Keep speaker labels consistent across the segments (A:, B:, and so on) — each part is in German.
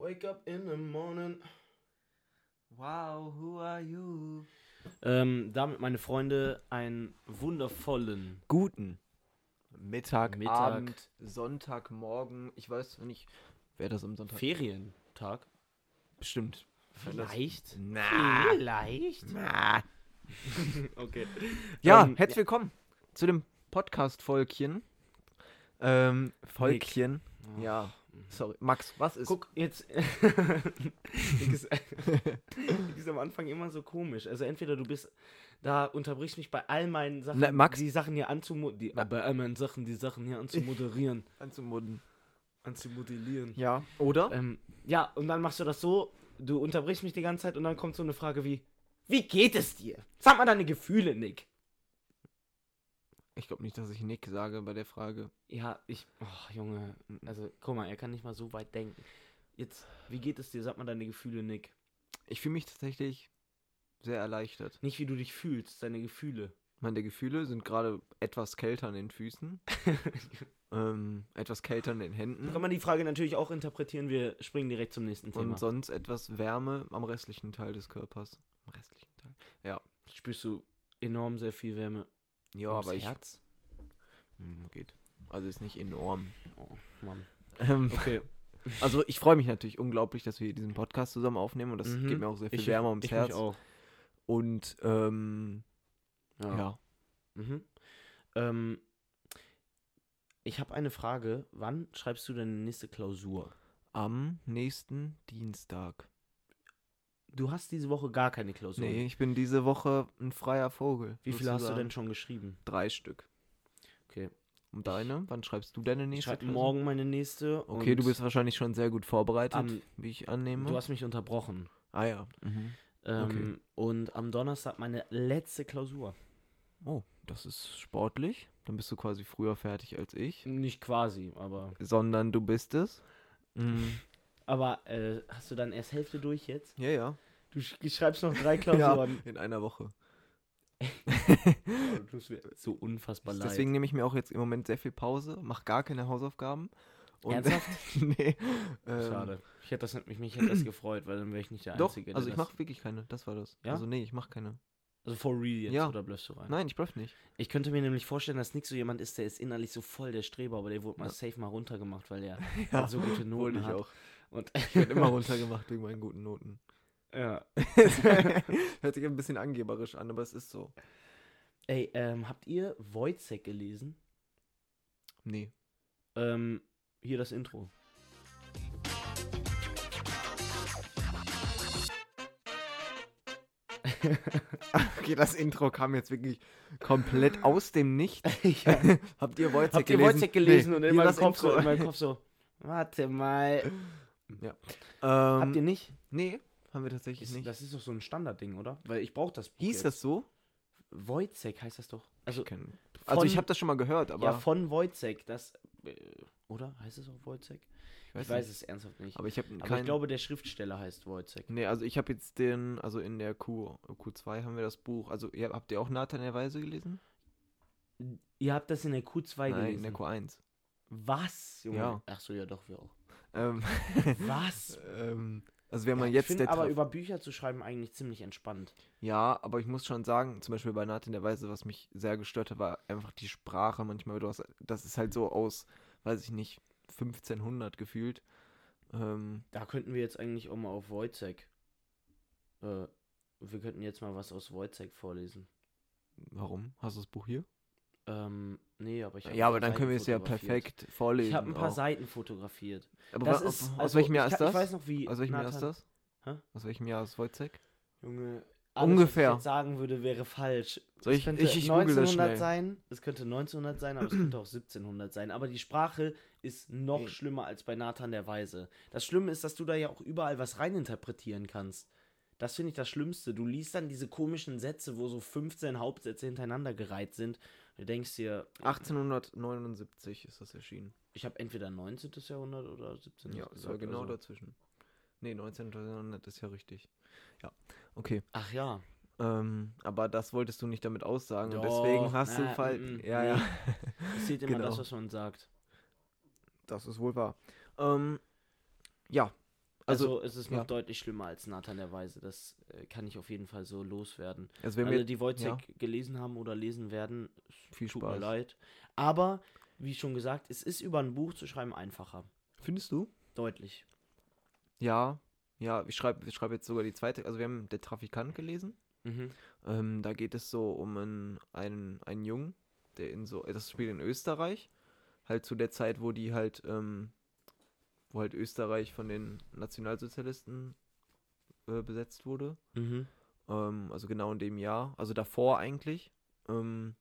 A: Wake up in the morning.
B: Wow, who are you?
A: Ähm, damit, meine Freunde, einen wundervollen.
B: Guten Mittag,
A: Mittag.
B: Abend, Sonntagmorgen. Ich weiß zwar nicht, wer das am Sonntag.
A: Ferientag.
B: Bestimmt.
A: Vielleicht.
B: Na,
A: Vielleicht.
B: na.
A: Okay.
B: Ja,
A: Ähm,
B: herzlich willkommen zu dem Podcast-Volkchen. Ähm, Volkchen.
A: Nick.
B: Ja, Mhm. sorry. Max, was ist?
A: Guck, jetzt. Nick ist, Nick ist am Anfang immer so komisch. Also, entweder du bist. Da unterbrichst mich bei all meinen Sachen,
B: Na, Max-
A: die Sachen hier anzumoderieren.
B: Ma-
A: Bei all meinen Sachen, die Sachen hier anzumoderieren.
B: Anzumodden.
A: anzumodellieren.
B: Ja, oder?
A: Ähm, ja, und dann machst du das so, du unterbrichst mich die ganze Zeit und dann kommt so eine Frage wie, wie geht es dir? Sag mal deine Gefühle, Nick.
B: Ich glaube nicht, dass ich Nick sage bei der Frage.
A: Ja, ich, oh, Junge, also guck mal, er kann nicht mal so weit denken. Jetzt, wie geht es dir? Sag mal deine Gefühle, Nick.
B: Ich fühle mich tatsächlich sehr erleichtert.
A: Nicht wie du dich fühlst, deine Gefühle.
B: Meine Gefühle sind gerade etwas kälter an den Füßen, ähm, etwas kälter an den Händen
A: Kann man die Frage natürlich auch interpretieren, wir springen direkt zum nächsten Thema.
B: und sonst etwas Wärme am restlichen Teil des Körpers. Am restlichen Teil.
A: Spürst du enorm sehr viel Wärme.
B: Ja,
A: ums
B: aber ich.
A: Herz?
B: Hm, geht. Also ist nicht enorm.
A: Oh, Mann.
B: Ähm,
A: Okay.
B: also ich freue mich natürlich unglaublich, dass wir hier diesen Podcast zusammen aufnehmen und das
A: Mhm.
B: gibt mir auch sehr viel Wärme ums
A: ich
B: Herz.
A: Mich auch.
B: Und ähm, ja.
A: Mhm. Ähm, ich habe eine Frage. Wann schreibst du deine nächste Klausur?
B: am nächsten Dienstag.
A: Du hast diese Woche gar keine Klausur.
B: Nee, ich bin diese Woche ein freier Vogel.
A: Wie viele hast du
B: sozusagen.
A: denn schon geschrieben?
B: Drei Stück.
A: Okay.
B: Und deine? Wann schreibst du deine
A: Ich
B: nächste?
A: schreibe
B: Klausur?
A: morgen meine nächste.
B: Okay, du
A: und
B: bist wahrscheinlich schon sehr gut vorbereitet,
A: Am-
B: wie ich annehme.
A: Du hast Mhm. mich unterbrochen.
B: ah ja.
A: Ähm, Und am Donnerstag meine letzte Klausur.
B: Oh, das ist sportlich. Dann bist du quasi früher fertig als ich.
A: Nicht quasi, aber.
B: Sondern du bist es. Mhm.
A: Aber äh, hast du dann erst Hälfte durch jetzt?
B: Ja, ja.
A: Du sch- schreibst noch drei
B: ja.
A: Klausuren.
B: In einer Woche.
A: Oh, du tust mir so unfassbar leid.
B: Deswegen nehme ich mir auch jetzt im Moment sehr viel Pause, mach gar keine Hausaufgaben.
A: Ernsthaft?
B: nee. Ähm,
A: Schade. Ich hätte das, mich, mich hätte das gefreut, weil dann wäre ich nicht der
B: Doch,
A: Einzige. der
B: also ich
A: das-
B: mache wirklich keine. Das war das.
A: Ja?
B: Also nee, ich mache keine.
A: Also for real jetzt,
B: Ja.
A: oder bleibst du rein?
B: Nein, ich bluff nicht.
A: Ich könnte mir nämlich vorstellen, dass Nick so jemand ist, der ist innerlich so voll der Streber, aber der wurde mal
B: Ja.
A: safe mal runtergemacht, weil er halt so gute
B: Noten
A: Noten
B: ich
A: hat.
B: auch.
A: Und
B: Ich werde immer runtergemacht wegen meinen guten Noten.
A: ja.
B: Hört sich ein bisschen angeberisch an, aber es ist so.
A: Ey, ähm, habt ihr Wojcek gelesen?
B: Nee.
A: Ähm, hier das Intro.
B: Okay, das Intro kam jetzt wirklich komplett aus dem Nichts.
A: ja.
B: Habt ihr Wojcik
A: Habt ihr
B: gelesen?
A: Wojcek gelesen
B: Nee,
A: und in
B: hier
A: meinem,
B: das
A: Kopf so,
B: Intro.
A: in meinem Kopf so, warte mal.
B: Ähm,
A: habt ihr nicht?
B: Nee, haben wir tatsächlich
A: Ist,
B: nicht.
A: das ist doch so ein Standardding, oder? Weil ich brauche das. Buch
B: Hieß
A: jetzt.
B: das so?
A: Wojcek heißt das doch. Also,
B: Kein- also ich
A: von-
B: habe das schon mal gehört, aber
A: ja, von Wojcek. Das, äh, oder? Heißt es auch Wojcek? Ich
B: ich weiß,
A: weiß
B: nicht.
A: es ernsthaft nicht.
B: Aber ich habe
A: Aber ich glaube, der Schriftsteller heißt Wojcek.
B: Nee, also ich habe jetzt den, also in der Q, Q2 haben wir das Buch. Also ihr, habt ihr auch Nathan der Weise gelesen?
A: Ihr habt das in der Q2
B: Nein, in
A: gelesen.
B: der Q1.
A: Was? Junge?
B: Ja.
A: Ach so, ja doch, wir auch.
B: Ähm,
A: Was?
B: ähm, also wenn man
A: ich
B: jetzt
A: finde
B: der
A: aber
B: Traf-
A: über Bücher zu schreiben eigentlich ziemlich entspannt.
B: Ja, aber ich muss schon sagen, zum Beispiel bei Nathan der Weise, was mich sehr gestört hat, war einfach die Sprache manchmal. Du hast, das ist halt so aus, weiß ich nicht, 1500 gefühlt. Ähm,
A: Da könnten wir jetzt eigentlich auch mal auf Wojcek. Äh, wir könnten jetzt mal was aus Wojcek vorlesen.
B: warum? Hast du das Buch hier?
A: Ähm, nee, aber ich hab ein
B: ja, aber
A: paar
B: dann können wir es
A: Seiten
B: ja
A: fotografiert.
B: perfekt vorlesen.
A: Ich habe ein paar
B: auch.
A: Seiten fotografiert.
B: Aber
A: Das
B: wa-
A: ist,
B: aus, aus
A: also,
B: welchem
A: ich
B: Jahr ist
A: kann-
B: das?
A: Ich weiß noch, wie.
B: aus welchem Jahr ist
A: Nathan-
B: das?
A: Hä?
B: Aus welchem Jahr ist Wojcek?
A: Junge,
B: Ungefähr.
A: Was ich jetzt sagen würde, wäre falsch.
B: Soll
A: Es
B: ich-
A: könnte
B: ich- ich google das
A: 1900
B: schnell.
A: sein. Es könnte 1900 sein, aber es könnte auch 1700 sein. Aber die Sprache ist noch
B: Nee.
A: schlimmer als bei Nathan der Weise. Das Schlimme ist, dass du da ja auch überall was reininterpretieren kannst. Das finde ich das Schlimmste. Du liest dann diese komischen Sätze, wo so 15 Hauptsätze hintereinander gereiht sind. Du denkst dir,
B: 1879 ist das erschienen.
A: ich habe entweder 19. Jahrhundert oder 17.
B: Ja,
A: gesagt
B: es war genau
A: oder so.
B: dazwischen. Nee, 19. Jahrhundert ist ja richtig. Ja, okay.
A: Ach ja.
B: Ähm, aber das wolltest du nicht damit aussagen. und
A: Doch,
B: deswegen hast
A: na,
B: du Fall.
A: mm, mm,
B: ja,
A: nee.
B: ja.
A: Es zählt immer
B: Genau.
A: das, was man sagt.
B: Das ist wohl wahr. Ähm, ja.
A: Also, es ist noch
B: ja.
A: deutlich schlimmer als Nathan der Weise. Das äh, kann ich auf jeden Fall so loswerden.
B: also wenn
A: Alle,
B: wir,
A: die Wojcik
B: ja.
A: gelesen haben oder lesen werden, es
B: Viel
A: tut mir
B: Spaß.
A: leid. Aber, wie schon gesagt, es ist über ein Buch zu schreiben einfacher.
B: findest du?
A: Deutlich.
B: Ja, ja, ich schreibe ich schreib jetzt sogar die zweite, also wir haben Der Trafikant gelesen.
A: Mhm.
B: Ähm, da geht es so um einen, einen, einen Jungen, der in so, äh, das spielt in Österreich, halt zu der Zeit, wo die halt, ähm, wo halt Österreich von den Nationalsozialisten äh, besetzt wurde.
A: Mhm.
B: Ähm, also genau in dem Jahr, also davor eigentlich. Ähm,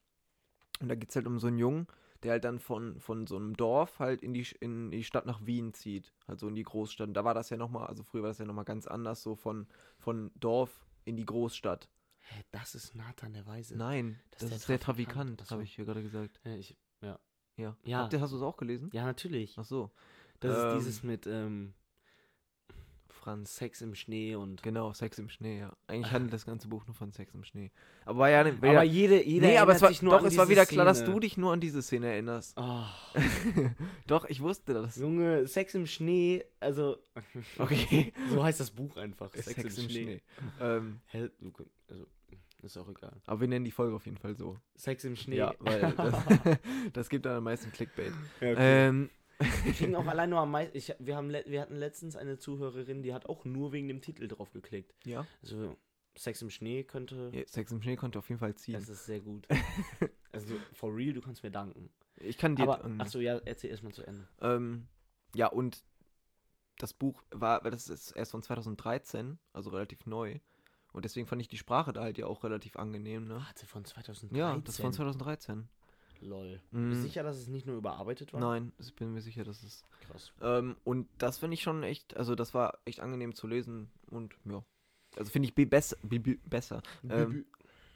B: und da geht es halt um so einen Jungen, der halt dann von, von so einem Dorf halt in die, Sch- in die Stadt nach Wien zieht, halt so in die Großstadt. Und da war das ja nochmal, also früher war das ja nochmal ganz anders, so von, von Dorf in die Großstadt.
A: Hä, das ist Nathan der Weise.
B: Nein,
A: das
B: das,
A: ist der
B: ist der
A: Trafikant.
B: Trafikant,
A: Ach so.
B: habe ich hier gerade gesagt.
A: Hä, ich,
B: Ja.
A: Ja.
B: Habt ihr, hast du es auch gelesen?
A: ja, natürlich.
B: Ach so,
A: Das ist
B: Ähm.
A: dieses mit ähm,
B: Franz.
A: Sex im Schnee und.
B: Genau, Sex im Schnee, ja. Eigentlich handelt das ganze Buch nur von Sex im Schnee. Aber war ja, ne- war
A: aber
B: ja
A: jede, jeder
B: nee, aber
A: erinnert
B: es war,
A: sich nur
B: doch,
A: an
B: es war
A: diese
B: wieder klar, dass
A: Szene.
B: du dich nur an diese Szene erinnerst.
A: Oh,
B: Doch, ich wusste das.
A: Junge, Sex im Schnee, also.
B: Okay.
A: So heißt das Buch einfach.
B: Sex, im Schnee. Ähm,
A: Hä, du kon- also, ist auch egal.
B: aber wir nennen die Folge auf jeden Fall so.
A: Sex im Schnee.
B: Ja, weil das, das gibt dann am meisten Clickbait.
A: Ja, okay.
B: Ähm,
A: Wir kriegen auch allein nur am meisten. Ich, wir, haben, le- wir hatten letztens eine Zuhörerin, die hat auch nur wegen dem Titel drauf geklickt.
B: ja.
A: Also, Sex im Schnee könnte.
B: Ja, Sex im Schnee konnte auf jeden Fall ziehen.
A: Das ist sehr gut. Also, du- for real, du kannst mir danken.
B: Ich kann dir.
A: Aber,
B: ähm,
A: achso, ja, erzähl erstmal zu Ende.
B: ähm, ja, und das Buch war, weil das ist erst von 2013, also relativ neu. Und deswegen fand ich die Sprache da halt ja auch relativ angenehm, ne?
A: Warte, von 2013?
B: Ja, das ist von 2013.
A: Lol.
B: Mhm.
A: Bist du sicher, dass es nicht nur überarbeitet war?
B: Nein, ich bin mir sicher, dass es
A: Krass.
B: Ähm, und das finde ich schon echt, also das war echt angenehm zu lesen und ja. Also finde ich be besser, be be besser. Ähm,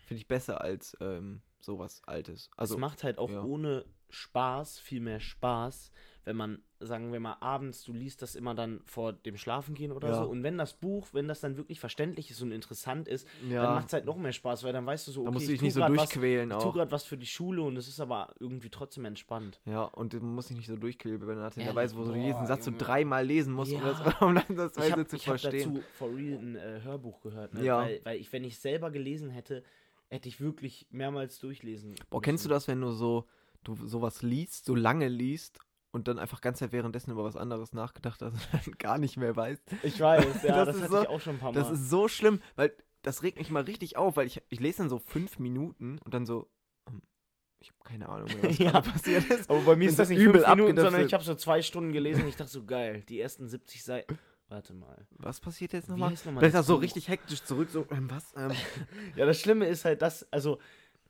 B: finde ich besser als ähm, sowas Altes. Also
A: es macht halt auch
B: ja.
A: ohne Spaß viel mehr Spaß, wenn man, sagen wir mal, abends, du liest das immer dann vor dem Schlafengehen oder
B: Ja.
A: so. Und wenn das Buch, wenn das dann wirklich verständlich ist und interessant ist, dann
B: ja,
A: macht es halt noch mehr Spaß, weil dann weißt du so, okay,
B: da musst du dich nicht
A: tu
B: so
A: grad was,
B: durchquälen
A: Ich tue
B: auch.
A: gerade was für die Schule und es ist aber irgendwie trotzdem entspannt.
B: Ja, und du musst dich nicht so durchquälen, wenn du nachher
A: Ehrlich?
B: der Weise, wo du
A: Boah,
B: jeden Satz
A: Junge.
B: so dreimal lesen musst, um
A: Ja.
B: das, um dann das
A: ich
B: Weise
A: habe
B: zu
A: hab
B: verstehen.
A: dazu for real ein äh, Hörbuch gehört, ne?
B: Ja.
A: weil, weil ich, wenn ich selber gelesen hätte, hätte ich wirklich mehrmals durchlesen.
B: Boah, kennst du das, wenn du so du sowas liest, so lange liest und dann einfach ganz währenddessen über was anderes nachgedacht hast und dann gar nicht mehr weißt,
A: das? Ich weiß, ja,
B: Das
A: das,
B: ist
A: hatte
B: so-
A: ich auch schon ein paar Mal.
B: Das ist so schlimm, weil das regt mich mal richtig auf, weil ich, ich lese dann so fünf Minuten und dann so, ähm, ich habe keine Ahnung mehr, was
A: Ja.
B: gerade passiert ist.
A: Aber bei mir
B: Wenn
A: ist das
B: so
A: nicht übel
B: übel
A: fünf Minuten,
B: abgedriftet.
A: sondern ich habe so zwei Stunden gelesen. Ich dachte so, geil, die ersten 70 Seiten. Warte mal.
B: Was passiert jetzt
A: Wie
B: nochmal?
A: heißt nochmal
B: Dann ist
A: das
B: das so
A: Buch?
B: richtig hektisch zurück, so, ähm, was? Ähm,
A: Ja, das Schlimme ist halt, dass, also,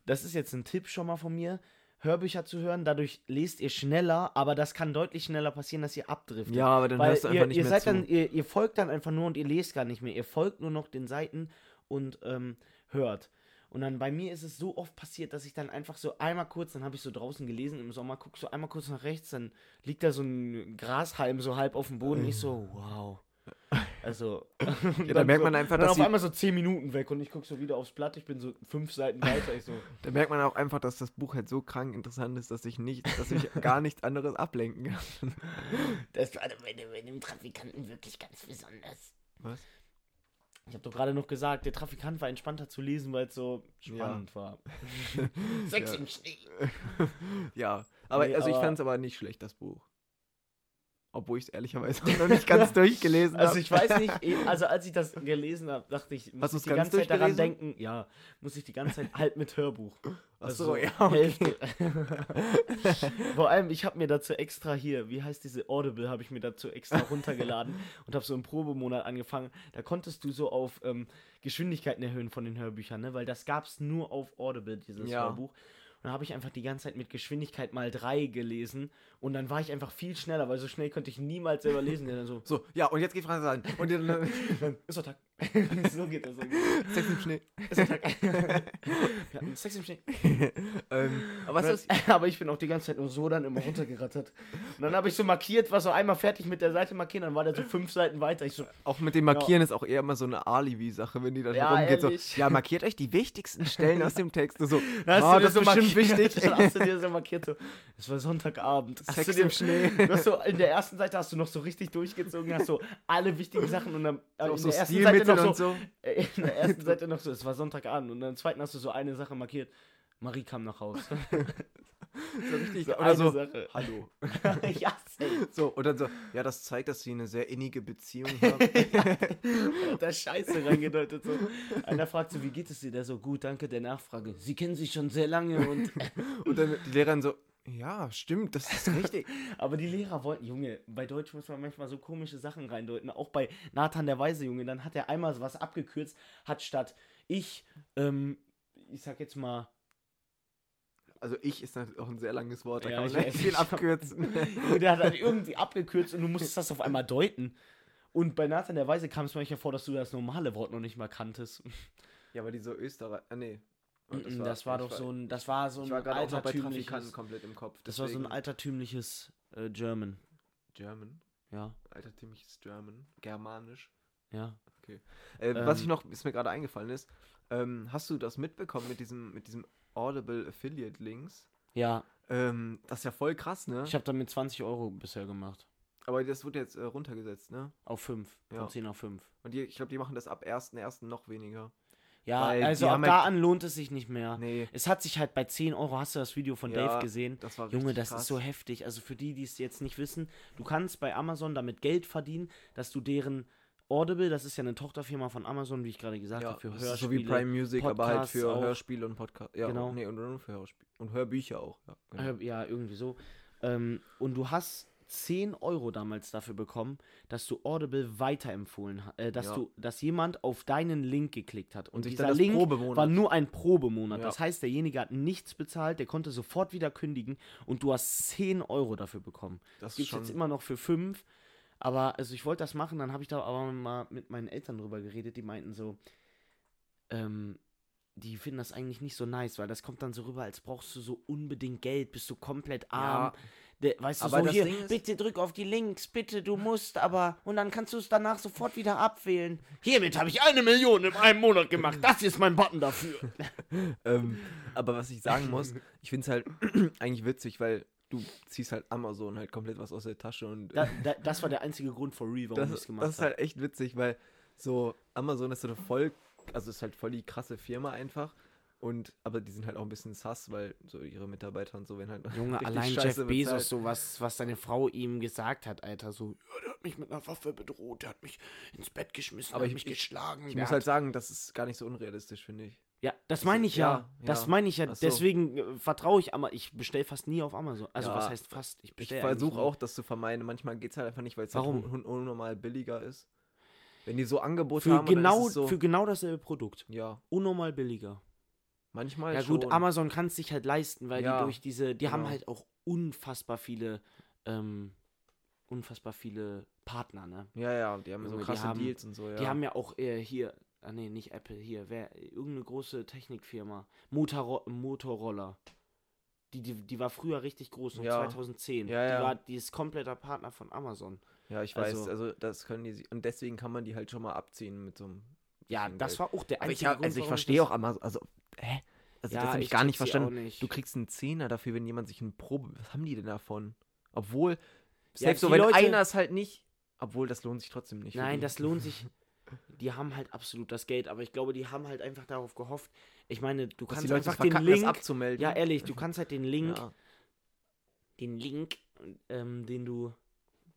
A: das ist jetzt ein Tipp schon mal von mir, Hörbücher zu hören. Dadurch lest ihr schneller, aber das kann deutlich schneller passieren, dass ihr abdriftet.
B: ja, aber dann
A: Weil
B: hörst du einfach
A: ihr,
B: nicht
A: ihr
B: mehr
A: seid
B: zu.
A: dann, ihr, ihr folgt dann einfach nur und ihr lest gar nicht mehr. Ihr folgt nur noch den Seiten und ähm, hört. Und dann bei mir ist es so oft passiert, dass ich dann einfach so einmal kurz, dann habe ich so draußen gelesen im Sommer, guck so einmal kurz nach rechts, dann liegt da so ein Grashalm so halb auf dem Boden. Ich so, wow. Also,
B: ja, da merkt man
A: so,
B: einfach,
A: dann
B: dass
A: auf
B: die,
A: einmal so zehn Minuten weg und ich gucke so wieder aufs Blatt, ich bin so fünf Seiten weiter. Ich so,
B: da merkt man auch einfach, dass das Buch halt so krank interessant ist, dass ich nicht, dass ich gar nichts anderes ablenken kann.
A: das war bei dem, bei dem Trafikanten wirklich ganz besonders.
B: Was?
A: Ich habe doch gerade noch gesagt, der Trafikant war entspannter zu lesen, weil es so spannend war. Sex
B: Ja.
A: im Schnee.
B: Ja, aber
A: Nee,
B: also ich
A: aber-
B: fand es aber nicht schlecht, das Buch. Obwohl ich es ehrlicherweise auch noch nicht ganz durchgelesen habe.
A: Also ich weiß nicht, eh, also als ich das gelesen habe, dachte ich, muss
B: Hast
A: ich
B: du's
A: die
B: ganz
A: ganze Zeit daran
B: durchgelesen?
A: denken, ja, muss ich die ganze Zeit halt mit Hörbuch.
B: Ach so,
A: Also
B: ja, okay.
A: Hälfte. Vor allem, ich habe mir dazu extra hier, wie heißt diese Audible, habe ich mir dazu extra runtergeladen und habe so im Probemonat angefangen. Da konntest du so auf ähm, Geschwindigkeiten erhöhen von den Hörbüchern, ne? weil das gab es nur auf Audible, dieses
B: Ja.
A: Hörbuch. Und dann habe ich einfach die ganze Zeit mit Geschwindigkeit mal drei gelesen und dann war ich einfach viel schneller, weil so schnell konnte ich niemals selber lesen. Denn dann so,
B: So, ja, und jetzt geht Franz an. Und dann,
A: dann ist doch Tag. so geht das. So geht das.
B: Sex im Schnee.
A: Wir hatten Sex im Schnee.
B: ähm, aber was ist.
A: aber ich bin auch die ganze Zeit nur so dann immer runtergerattert. Und dann habe ich so markiert, war so einmal fertig mit der Seite markieren, dann war der so fünf Seiten weiter. Ich so,
B: Auch mit dem Markieren ist auch eher immer so eine Alibi-Sache, wenn die da schon
A: Ja,
B: rumgeht.
A: ehrlich.
B: So, ja, markiert euch die wichtigsten Stellen aus dem Text. Und so,
A: dann hast
B: ah,
A: du dir
B: das
A: so
B: ist bestimmt
A: markiert,
B: wichtig.
A: Dann hast du dir so markiert, so, es war Sonntagabend. Hast
B: Sex
A: du dir,
B: im Schnee.
A: Du hast so, in der ersten Seite hast du noch so richtig durchgezogen, hast so alle wichtigen Sachen und dann äh,
B: Auch
A: in
B: so
A: der ersten Seite noch
B: Stilmittel
A: so,
B: und so.
A: Ey, In der ersten Seite noch so, es war Sonntagabend und dann zweiten hast du so eine Sache markiert. Marie kam nach Haus.
B: so richtig.
A: So
B: oder
A: eine
B: so,
A: Sache.
B: hallo.
A: ja, safe.
B: So, und dann so, ja, das zeigt, dass sie eine sehr innige Beziehung haben.
A: Da Scheiße reingedeutet. So. Einer fragt so, wie geht es dir? Der so, gut, danke der Nachfrage. Sie kennen sich schon sehr lange und.
B: und dann die Lehrerin so, ja, stimmt, das ist richtig.
A: Aber die Lehrer wollten, Junge, bei Deutsch muss man manchmal so komische Sachen reindeuten. Auch bei Nathan der Weise, Junge, dann hat er einmal was abgekürzt, hat statt ich, ähm, ich sag jetzt mal,
B: Also ich ist natürlich auch ein sehr langes Wort, da
A: Ja,
B: kann man
A: ich
B: leicht
A: weiß,
B: viel
A: ich hab-
B: abkürzen.
A: Und der hat dann irgendwie abgekürzt und du musstest das auf einmal deuten. Und bei Nathan der Weise kam es manchmal vor, dass du das normale Wort noch nicht mal kanntest. Mm,
B: ja, aber die so Österreich, ah nee. Und
A: Das war, doch
B: ich
A: so ein, das war so
B: Ich
A: ein
B: war gerade auch noch bei Trafikanten
A: altertümliches.
B: komplett im Kopf.
A: Das war so ein
B: deswegen-
A: altertümliches äh, German.
B: German.
A: Ja,
B: Altertümliches German. Germanisch.
A: ja.
B: Äh, was ich
A: Ähm.
B: noch, ist mir gerade eingefallen ist, ähm, hast du das mitbekommen mit diesem, mit diesem Audible Affiliate Links?
A: Ja,
B: Ähm, das ist ja voll krass, ne?
A: ich habe damit 20 Euro bisher gemacht.
B: Aber das wird jetzt äh, runtergesetzt, ne?
A: Auf 5. Von
B: Ja.
A: 10 auf 5.
B: Und die, ich glaube, die machen das ab 1.1. noch weniger.
A: Ja,
B: Weil
A: also
B: die
A: ab
B: haben halt-
A: da an lohnt es sich nicht mehr.
B: Nee,
A: Es hat sich halt bei 10 Euro, hast du das Video von
B: Ja,
A: Dave gesehen?
B: das war
A: Junge,
B: richtig
A: das
B: krass.
A: ist so heftig. Also für die, die es jetzt nicht wissen, du kannst bei Amazon damit Geld verdienen, dass du deren Audible, das ist ja eine Tochterfirma von Amazon, wie ich gerade gesagt
B: ja,
A: habe, für
B: das ist
A: Hörspiele.
B: so wie Prime Music, aber halt
A: Podcasts
B: für
A: auch.
B: Hörspiele und Podcasts. Ja,
A: Genau.
B: Nee, und, und für Hörspiele. Und Hörbücher auch. Ja, genau.
A: Äh, ja, irgendwie so. Ähm, und du hast 10 Euro damals dafür bekommen, dass du Audible weiterempfohlen hast, äh, dass
B: Ja.
A: du, dass jemand auf deinen Link geklickt hat. Und,
B: Und sich dann
A: dieser
B: das
A: Link
B: Probemonat-
A: war nur ein Probemonat.
B: Ja.
A: Das heißt, derjenige hat nichts bezahlt, der konnte sofort wieder kündigen und du hast 10 Euro dafür bekommen.
B: das ist
A: Gibt
B: schon.
A: jetzt immer noch für 5. Aber also ich wollte das machen, dann habe ich da aber mal mit meinen Eltern drüber geredet, die meinten so, ähm, die finden das eigentlich nicht so nice, weil das kommt dann so rüber, als brauchst du so unbedingt Geld, bist du komplett arm.
B: ja,
A: Der, weißt du,
B: Aber
A: so
B: das
A: hier,
B: Ding ist-
A: bitte drück auf die Links, bitte, du musst aber. Und dann kannst du es danach sofort wieder abwählen. Hiermit habe ich eine Million in einem Monat gemacht. Das ist mein Button dafür.
B: ähm, aber was ich sagen muss, ich finde es halt eigentlich witzig, weil du ziehst halt Amazon halt komplett was aus der Tasche und
A: Da, da, das war der einzige Grund for real, warum ich
B: das,
A: es gemacht
B: das ist
A: habe.
B: halt echt witzig, weil so Amazon ist so eine voll, also ist halt voll die krasse Firma einfach. Und, aber die sind halt auch ein bisschen sass, weil so ihre Mitarbeiter und so werden halt
A: Junge,
B: richtig
A: allein
B: scheiße
A: Jeff
B: bezahlt.
A: Bezos, so was, was seine Frau ihm gesagt hat, Alter, so, ja, der hat mich mit einer Waffe bedroht, der hat mich ins Bett geschmissen,
B: Aber
A: der
B: ich-
A: hat mich geschlagen.
B: Ich
A: der
B: muss
A: hat,
B: halt sagen, das ist gar nicht so unrealistisch, finde ich.
A: ja, das meine ich ja,
B: Also, ja,
A: das
B: ja.
A: meine ich ja,
B: Ach so.
A: deswegen äh, vertraue ich, aber ich bestelle fast nie auf Amazon. Also,
B: Ja,
A: was heißt fast? Ich
B: Ich
A: bestelle
B: versuche
A: eigentlich nie.
B: auch, das zu vermeiden. Manchmal geht es halt einfach nicht, weil es
A: also Warum?
B: halt un un unnormal billiger ist. Wenn die so Angebote
A: Für
B: haben, dann
A: genau,
B: ist es so,
A: für genau dasselbe Produkt.
B: ja,
A: Unnormal billiger.
B: manchmal
A: ja, gut,
B: schon.
A: Amazon kann es sich halt leisten, weil
B: Ja,
A: die durch diese, die haben
B: genau.
A: halt auch unfassbar viele, ähm, unfassbar viele Partner, ne?
B: Ja, ja, die haben so
A: Junge, die
B: krasse
A: haben-
B: Deals und so, ja.
A: Die haben ja auch äh, hier, ah nee, nicht Apple, hier, wer, irgendeine große Technikfirma, Motoro Motorola. Die, die, die war früher richtig groß, noch
B: Ja.
A: 2010.
B: Ja, ja.
A: Die, war, die ist kompletter Partner von Amazon.
B: ja, ich weiß,
A: also-
B: also das können die, si- und deswegen kann man die halt schon mal abziehen mit so einem
A: Ja,
B: bisschen
A: das
B: Geld.
A: war auch der
B: Aber ich,
A: einzige
B: hab- also ich
A: warum
B: verstehe
A: das-
B: auch Amazon, also, hä? Also
A: ja,
B: das habe ich
A: ich
B: gar
A: check's hier
B: nicht verstanden.
A: Auch nicht.
B: Du kriegst einen Zehner dafür, wenn jemand sich eine Probe, was haben die denn davon? Obwohl, selbst so,
A: die
B: wenn
A: Leute-
B: einer es halt nicht, obwohl, das lohnt sich trotzdem nicht. für
A: Nein,
B: die.
A: das lohnt sich. Die haben halt absolut das Geld, aber ich glaube, die haben halt einfach darauf gehofft. Ich meine, du
B: Dass die
A: kannst
B: Leute
A: einfach den
B: verkacken, das
A: Link.
B: abzumelden.
A: Ja, ehrlich, du kannst halt den Link,
B: Ja.
A: den Link, ähm, den du,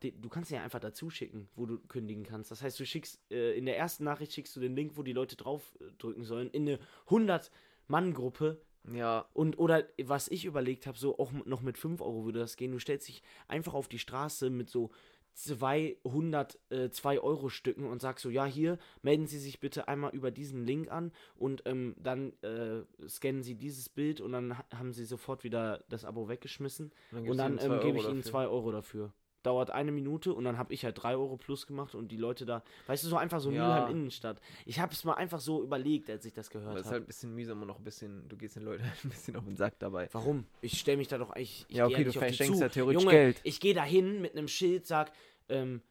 A: den, du kannst ihn ja einfach dazu schicken, wo du kündigen kannst. Das heißt, du schickst, äh, in der ersten Nachricht schickst du den Link, wo die Leute drauf äh, drücken sollen, in eine 100-Mann-Gruppe.
B: ja.
A: Und, oder was ich überlegt habe, so auch m- noch mit 5 Euro würde das gehen. Du stellst dich einfach auf die Straße mit so 200 äh, 2-Euro-Stücken und sagst so: Ja, hier melden Sie sich bitte einmal über diesen Link an und ähm, dann äh, scannen Sie dieses Bild und dann ha haben Sie sofort wieder das Abo weggeschmissen.
B: Und dann,
A: und dann ähm, gebe ich Ihnen
B: zwei.
A: 2 Euro dafür. dauert eine Minute und dann habe ich halt 3 Euro plus gemacht und die Leute da, weißt du, so einfach so
B: Ja.
A: Mülheim Innenstadt. Ich habe es mal einfach so überlegt, als ich das
B: Aber
A: gehört
B: es ist
A: habe.
B: halt ein bisschen mühsam und auch ein bisschen, du gehst den Leuten ein bisschen auf den Sack dabei.
A: Warum? Ich stelle mich da doch ich, ich
B: Ja,
A: geh
B: okay, du
A: nicht auf die
B: verschenkst
A: zu.
B: ja theoretisch
A: Junge,
B: Geld.
A: Ich gehe da hin mit einem Schild, sag, ähm,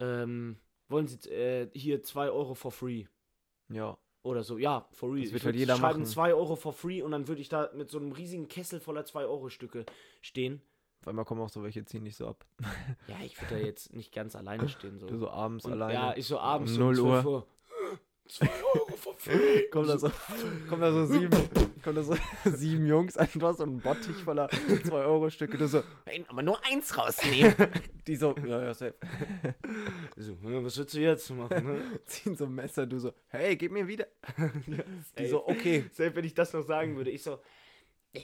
A: ähm, wollen Sie äh, hier 2 Euro for free
B: Ja.
A: oder so. Ja, for real.
B: Das wird
A: Ich
B: halt
A: würd
B: jeder
A: schreiben
B: machen.
A: 2 Euro for free und dann würde ich da mit so einem riesigen Kessel voller 2 Euro Stücke stehen.
B: Auf einmal kommen auch so welche, ziehen dich so ab.
A: Ja, ich würde da jetzt nicht ganz alleine stehen so.
B: Du so abends
A: Und,
B: alleine.
A: Ja, ich so abends
B: Um
A: so um
B: 0
A: 12 Uhr. 2 Euro for free.
B: Kommen da so, kommen da so sieben, kommen da so sieben Jungs einfach so ein Bottich voller 2-Euro-Stücke. Du so,
A: Nein, aber nur eins rausnehmen.
B: die so, ja, ja, safe.
A: so, "Ja, was willst du jetzt machen? Ne?
B: Ziehen so ein Messer, du so, hey, gib mir wieder. Die
A: Ey.
B: so, okay.
A: Selbst wenn ich das noch sagen würde, ich so, "Äh,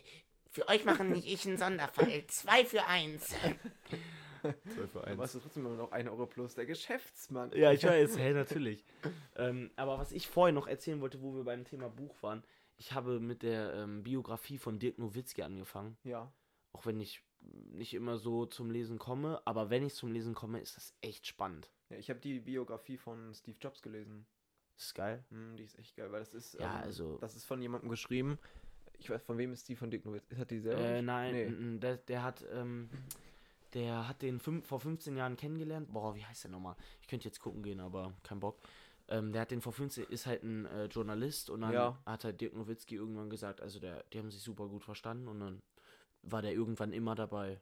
C: Für euch machen nicht ich einen Sonderfall. Zwei für eins.
A: 12 für
B: Aber es ist trotzdem immer noch 1 Euro plus der Geschäftsmann.
A: Ja, ich weiß, hey, natürlich. ähm, aber was ich vorhin noch erzählen wollte, wo wir beim Thema Buch waren, ich habe mit der ähm, Biografie von Dirk Nowitzki angefangen.
B: Ja.
A: Auch wenn ich nicht immer so zum Lesen komme, aber wenn ich zum Lesen komme, ist das echt spannend.
B: ja ich habe die Biografie von Steve Jobs gelesen.
A: Das ist geil.
B: Hm, die ist echt geil, weil das ist, ähm,
A: Ja, also-
B: das ist von jemandem geschrieben. Ich weiß, von wem ist die von Dick Nowitzki? Hat die selber?
A: Äh,
B: gesch-
A: nein,
B: Nee.
A: n- n, der, der hat, ähm, der hat den fünf, vor 15 Jahren kennengelernt. Boah, wie heißt der nochmal? Ich könnte jetzt gucken gehen, aber kein Bock. Ähm, der hat den vor 15, ist halt ein äh, Journalist und dann
B: Ja.
A: hat halt Dirk Nowitzki irgendwann gesagt, also der, die haben sich super gut verstanden und dann war der irgendwann immer dabei.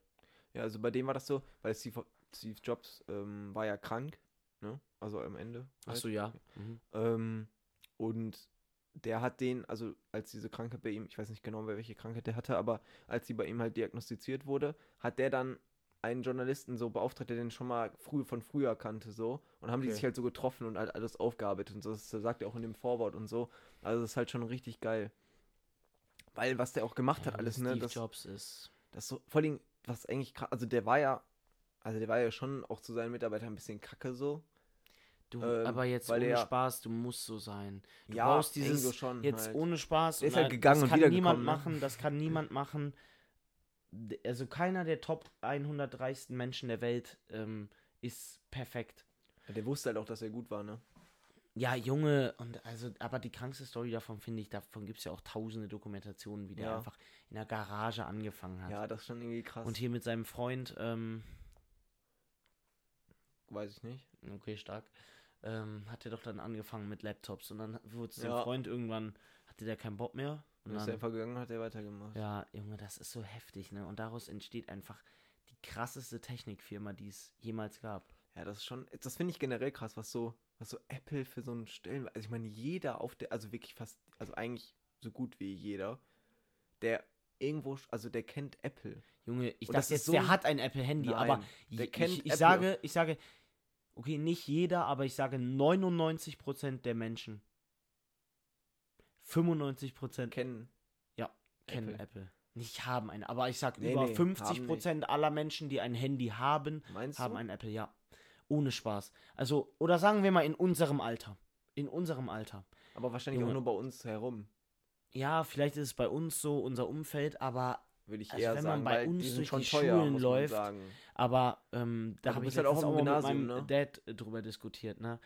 B: Ja, also bei dem war das so, weil Steve, Steve Jobs ähm, war ja krank, ne? Also am Ende. halt.
A: Achso, ja. Mhm.
B: Ähm, und der hat den, also als diese Krankheit bei ihm, ich weiß nicht genau, welche Krankheit der hatte, aber als sie bei ihm halt diagnostiziert wurde, hat der dann einen Journalisten so beauftragt, der den schon mal früh von früher kannte, so. Und haben die
A: Okay.
B: sich halt so getroffen und halt alles aufgearbeitet und so. Das sagt er auch in dem Vorwort und so. Also das ist halt schon richtig geil. Weil was der auch gemacht hat,
A: Mhm. Ja,
B: alles, ne?
A: Steve
B: Das,
A: Jobs ist.
B: das so, vor allem, was eigentlich krass, also der war ja, also der war ja schon auch zu seinen Mitarbeitern ein bisschen kacke so.
A: Du,
B: ähm,
A: aber jetzt
B: weil
A: ohne
B: er-
A: Spaß, du musst so sein. Du
B: Ja,
A: brauchst
B: irgendwo
A: dieses
B: schon
A: jetzt
B: halt.
A: ohne Spaß.
B: Der ist
A: und
B: halt gegangen
A: das
B: und
A: kann niemand
B: wiedergekommen, ne?
A: machen, das kann niemand machen. D- Also keiner der Top 100 reichsten Menschen der Welt ähm, ist perfekt.
B: Ja, Der wusste halt auch, dass er gut war, ne?
A: Ja, Junge, und also, aber die krankste Story davon finde ich, davon gibt es ja auch tausende Dokumentationen, wie der
B: Ja.
A: einfach in der Garage angefangen hat.
B: Ja, das ist schon irgendwie krass.
A: und hier mit seinem Freund, ähm,
B: Weiß ich nicht.
A: okay, stark, ähm, hat er doch dann angefangen mit Laptops und dann wurde es
B: Ja.
A: dem Freund irgendwann, hatte der keinen Bock mehr. Und
B: Dann ist
A: dann,
B: er einfach gegangen und hat er weitergemacht.
A: Ja, Junge, das ist so heftig, ne? Und daraus entsteht einfach die krasseste Technikfirma, die es jemals gab.
B: Ja, das ist schon, das finde ich generell krass, was so, was so Apple für so einen Stellen, also ich meine, jeder auf der, also wirklich fast, also eigentlich so gut wie jeder, der irgendwo, sch- also der kennt Apple.
A: Junge, ich
B: Und das
A: dachte
B: ist
A: jetzt,
B: so
A: der
B: ein-
A: hat ein Apple-Handy, aber
B: Nein, der
A: je-
B: kennt
A: ich, ich
B: Apple.
A: sage, ich sage, okay, nicht jeder, aber ich sage 99% der Menschen. 95%
B: Kennen.
A: kennen
B: Apple.
A: Apple. Nicht haben ein, aber ich sag
B: Nee,
A: über
B: nee,
A: 50% aller Menschen, die ein Handy haben,
B: Meinst
A: haben
B: du?
A: ein Apple, ja. Ohne Spaß. Also, oder sagen wir mal in unserem Alter. In unserem Alter.
B: aber wahrscheinlich
A: Junge.
B: auch nur bei uns herum,
A: Ja, vielleicht ist es bei uns so, unser Umfeld, aber,
B: würde ich
A: Also
B: eher
A: wenn man
B: sagen,
A: bei
B: weil
A: uns
B: die sind
A: durch
B: schon
A: die
B: teuer,
A: Schulen
B: muss man
A: läuft,
B: sagen.
A: aber ähm, da
B: Aber
A: habe
B: du
A: ich
B: bist halt auch
A: letztens
B: im
A: mal mit meinem
B: Gymnasium, ne?
A: Dad äh, drüber diskutiert, ne?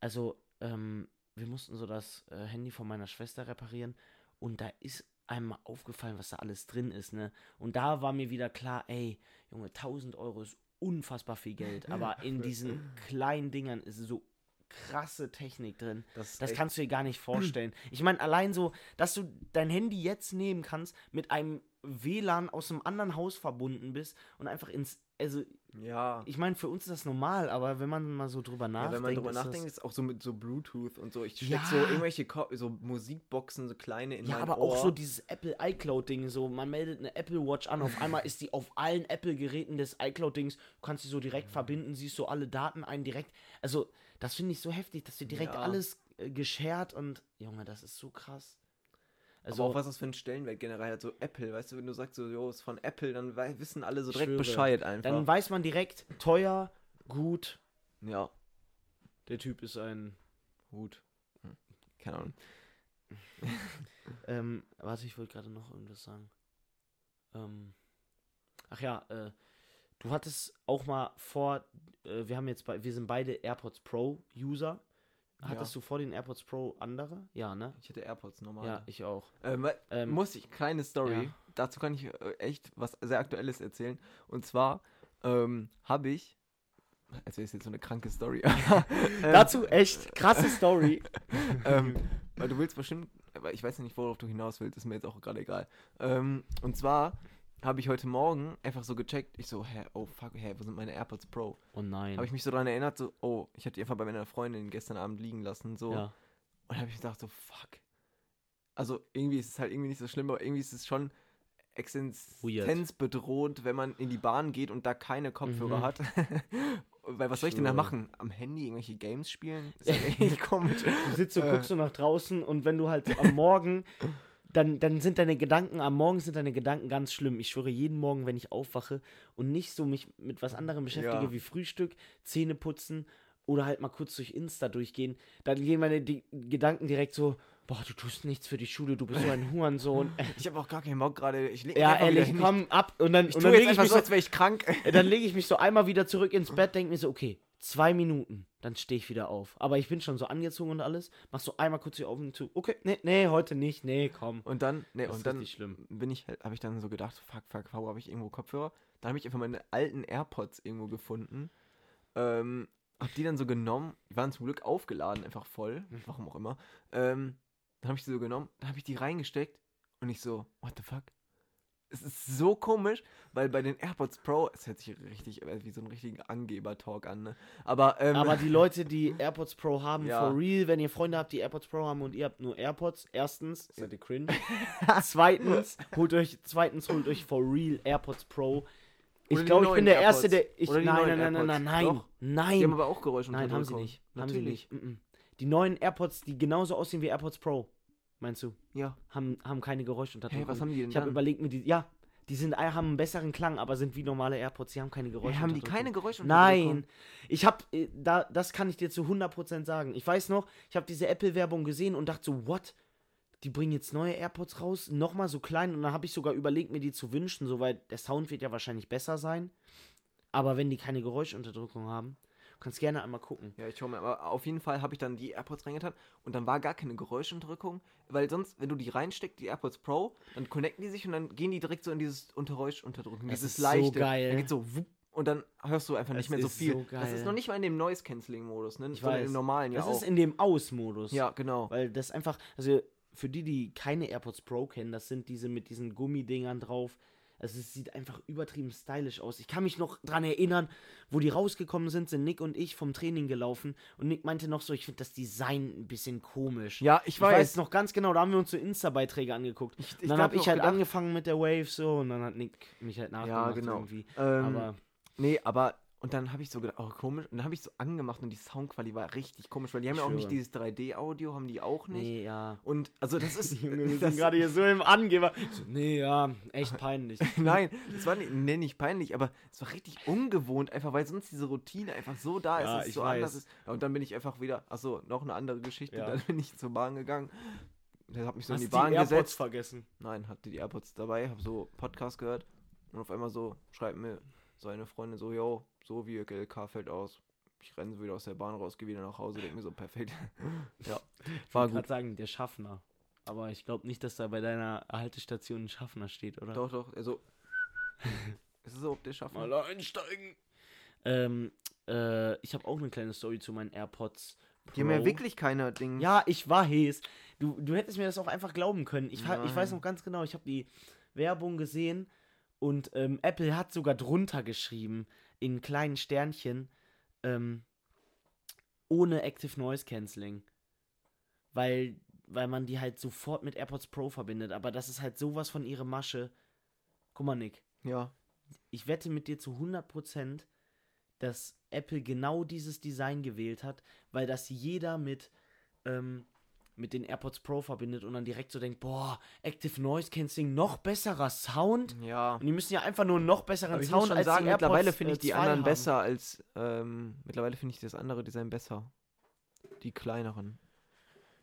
A: Also, ähm, wir mussten so das äh, Handy von meiner Schwester reparieren und da ist einem mal aufgefallen, was da alles drin ist, ne? Und da war mir wieder klar, ey, Junge, 1000 Euro ist unfassbar viel Geld, aber in diesen kleinen Dingern ist so krasse Technik drin.
B: Das,
A: Das
B: echt-
A: kannst du dir gar nicht vorstellen. Ich meine, allein so, dass du dein Handy jetzt nehmen kannst, mit einem WLAN aus einem anderen Haus verbunden bist und einfach ins. Also,
B: ja.
A: ich meine, für uns ist das normal, aber wenn man mal so drüber nachdenkt.
B: Ja, wenn man drüber
A: ist das-
B: nachdenkt, ist auch so mit so Bluetooth und so. Ich steck
A: Ja.
B: so irgendwelche Ko so Musikboxen, so kleine in
A: ja,
B: mein
A: aber
B: Ohr.
A: auch so dieses Apple iCloud-Ding, so man meldet eine Apple Watch an, auf einmal ist die auf allen Apple-Geräten des iCloud-Dings, du kannst sie so direkt verbinden, siehst so alle Daten ein direkt. Also, das finde ich so heftig, dass wir direkt
B: Ja.
A: alles äh, geshared und, Junge, das ist so krass. Also,
B: aber auch was das für einen Stellenwert generell hat. So Apple, weißt du, wenn du sagst, so, jo, ist von Apple, dann wei- wissen alle so
A: Ich
B: direkt
A: schwöre.
B: Bescheid einfach.
A: Dann weiß man direkt, teuer, gut.
B: ja,
A: Der Typ ist ein.
B: gut. Hm. Keine Ahnung.
A: Ähm, warte, ich wollte gerade noch irgendwas sagen. Ähm, ach ja, äh, Du hattest auch mal vor, äh, wir haben jetzt bei, wir sind beide AirPods Pro User. Hattest du vor den AirPods Pro andere? Ja, ne?
B: Ich hätte AirPods normal.
A: Ja, ich auch.
B: Ähm, wa-
A: Ähm,
B: muss ich, kleine Story.
A: ja.
B: Dazu kann ich äh, echt was sehr Aktuelles erzählen. Und zwar ähm, habe ich. Also ist jetzt so eine kranke Story. ähm,
A: Dazu echt krasse Story.
B: ähm, weil du willst bestimmt, aber ich weiß ja nicht, worauf du hinaus willst, ist mir jetzt auch gerade egal. Ähm, und zwar habe ich heute Morgen einfach so gecheckt, ich so, hä, oh fuck, hä, wo sind meine AirPods Pro?
A: Oh nein.
B: Habe ich mich so daran erinnert, so, oh, ich habe die einfach bei meiner Freundin gestern Abend liegen lassen, so.
A: ja.
B: Und habe ich gedacht, so, fuck. Also irgendwie ist es halt irgendwie nicht so schlimm, aber irgendwie ist es schon existenzbedrohend, wenn man in die Bahn geht und da keine Kopfhörer
A: Mhm.
B: hat. Weil was soll ich denn da
A: Schwöre.
B: machen? Am Handy irgendwelche Games spielen? Ist ja echt komisch.
A: Du sitzt so,
B: Äh.
A: guckst du nach draußen und wenn du halt am Morgen, dann, dann sind deine Gedanken, am Morgen sind deine Gedanken ganz schlimm. Ich schwöre, jeden Morgen, wenn ich aufwache und nicht so mich mit was anderem beschäftige
B: Ja.
A: wie Frühstück, Zähne putzen oder halt mal kurz durch Insta durchgehen, dann gehen meine Di Gedanken direkt so, boah, du tust nichts für die Schule, du bist so ein Hurensohn.
B: Ich habe auch gar keinen Bock gerade. Ich leg mich
A: ja,
B: einfach wieder
A: ehrlich,
B: hin.
A: komm ab. Und dann,
B: Ich
A: und
B: tue
A: dann
B: jetzt
A: lege ich
B: einfach
A: mich
B: so,
A: so
B: als wäre ich krank.
A: Äh, dann lege ich mich so einmal wieder zurück ins Bett, denke mir so, okay, zwei Minuten, dann stehe ich wieder auf. Aber ich bin schon so angezogen und alles. Mach so einmal kurz die Augen zu. Okay, nee, nee, heute nicht. Nee, komm.
B: Und dann, nee,
A: Das
B: und
A: ist
B: dann
A: richtig schlimm.
B: bin ich, halt- habe ich dann so gedacht, so, fuck, fuck, wo habe ich irgendwo Kopfhörer? Dann habe ich einfach meine alten AirPods irgendwo gefunden. Ähm, hab die dann so genommen, die waren zum Glück aufgeladen, einfach voll,
A: Mhm.
B: warum auch immer. Ähm, dann habe ich die so genommen, dann habe ich die reingesteckt und ich so, what the fuck? Es ist so komisch, weil bei den AirPods Pro, es hört sich richtig äh, wie so ein richtiger Angeber-Talk an, ne? Aber, ähm,
A: Aber die Leute, die AirPods Pro haben,
B: Ja.
A: for real, wenn ihr Freunde habt, die AirPods Pro haben und ihr habt nur AirPods, erstens, seid ihr cringe. zweitens, holt euch, zweitens, holt euch for real AirPods Pro.
B: Oder
A: Ich
B: die
A: glaube, ich
B: neuen
A: bin der
B: AirPods.
A: Erste, der. Ich,
B: Oder die
A: nein, nein, nein,
B: neuen
A: nein, nein,
B: AirPods.
A: nein,
B: Doch.
A: nein.
B: die haben aber auch Geräusche
A: Nein, haben sie nicht. Haben sie
B: Natürlich.
A: nicht. Mm-mm. Die neuen AirPods, die genauso aussehen wie AirPods Pro, meinst du,
B: Ja.
A: haben, haben keine Geräuschunterdrückung.
B: Hey, was haben die denn
A: ich habe
B: dann?
A: überlegt mir die. Ja, die sind, äh, haben einen besseren Klang, aber sind wie normale AirPods. Die haben keine
B: Hey,
A: Geräusche.
B: haben die keine Geräusche?
A: Nein, ich habe, da, das kann ich dir zu 100% sagen. Ich weiß noch, ich habe diese Apple-Werbung gesehen und dachte so, what? Die bringen jetzt neue AirPods raus, nochmal so klein. Und dann habe ich sogar überlegt, mir die zu wünschen, soweit der Sound wird ja wahrscheinlich besser sein. Aber wenn die keine Geräuschunterdrückung haben, kannst gerne einmal gucken.
B: Ja, ich schau mal. Aber auf jeden Fall habe ich dann die AirPods reingetan und dann war gar keine Geräuschunterdrückung, weil sonst, wenn du die reinsteckst, die AirPods Pro, dann connecten die sich und dann gehen die direkt so in dieses Untergeräuschunterdrücken,
A: Es
B: dieses
A: ist so
B: leichte.
A: geil.
B: Dann geht so wupp und dann hörst du einfach nicht
A: Es
B: mehr so
A: ist
B: viel.
A: so
B: Das
A: geil.
B: ist noch nicht mal in dem Noise Cancelling Modus, ne?
A: Ich
B: Sondern
A: weiß.
B: im normalen ja
A: Das
B: auch.
A: ist in dem Aus-Modus.
B: ja, genau.
A: Weil das einfach, also für die, die keine AirPods Pro kennen, das sind diese mit diesen Gummidingern drauf. Also es sieht einfach übertrieben stylisch aus. Ich kann mich noch dran erinnern, wo die rausgekommen sind, sind Nick und ich vom Training gelaufen und Nick meinte noch so, ich finde das Design ein bisschen komisch.
B: Ja, ich weiß.
A: noch ganz genau, da haben wir uns so Insta-Beiträge angeguckt.
B: Ich- ich
A: und dann
B: hab
A: habe
B: noch
A: ich halt
B: gedacht-
A: angefangen mit der Wave so und dann hat Nick mich halt nachgemacht
B: genau.
A: irgendwie.
B: Ähm,
A: Aber
B: Nee, aber. Und dann habe ich so gedacht, oh komisch, und dann habe ich so angemacht und die Soundqualität war richtig komisch, weil die haben
A: Ich
B: ja auch nicht
A: schwöre.
B: dieses 3D-Audio, haben die auch nicht.
A: nee, ja.
B: Und also das ist.
A: Junge, wir
B: das-
A: sind gerade hier so im Angeber. So, nee, ja, echt peinlich.
B: Nein, es war nicht, nee, nicht peinlich, aber es war richtig ungewohnt, einfach weil sonst diese Routine einfach so da ist,
A: Ja,
B: dass es
A: ich
B: so anders
A: weiß.
B: ist. Ja, und dann bin ich einfach wieder, achso, noch eine andere Geschichte,
A: Ja.
B: dann bin ich zur Bahn gegangen. Dann hab mich so
A: Hast
B: in die
A: die
B: Bahn
A: AirPods
B: gesetzt.
A: vergessen.
B: Nein, hatte die AirPods dabei, hab so Podcast gehört und auf einmal so schreibt mir so eine Freundin so, yo, so wie GLK fällt aus. Ich renne so wieder aus der Bahn raus, gehe wieder nach Hause, denke mir so, perfekt. ja, war
A: Ich
B: gut.
A: gerade sagen, der Schaffner. Aber ich glaube nicht, dass da bei deiner Haltestation ein Schaffner steht, oder?
B: Doch, doch, also. es ist so, ob der schafft.
A: einsteigen. Ähm, äh, ich habe auch eine kleine Story zu meinen AirPods.
B: Die haben ja wirklich keine Dinge.
A: Ja, ich war Hes. Du, du hättest mir das auch einfach glauben können. Ich, ha- ich weiß
B: Nein.
A: noch ganz genau, ich habe die Werbung gesehen und ähm, Apple hat sogar drunter geschrieben, in kleinen Sternchen, ähm, ohne Active Noise Cancelling. Weil, weil man die halt sofort mit AirPods Pro verbindet. Aber das ist halt sowas von ihrer Masche. Guck mal, Nick
B: ja.
A: ich wette mit dir zu 100%, dass Apple genau dieses Design gewählt hat, weil das jeder mit, ähm, mit den AirPods Pro verbindet und dann direkt so denkt, boah, Active Noise Cancelling, noch besserer Sound.
B: Ja.
A: Und die müssen ja einfach nur einen noch besseren
B: Aber ich
A: Sound
B: muss schon
A: als
B: sagen,
A: die AirPods,
B: mittlerweile finde
A: äh,
B: ich die
A: 2
B: anderen
A: haben.
B: besser als, ähm, mittlerweile finde ich das andere Design besser. Die kleineren.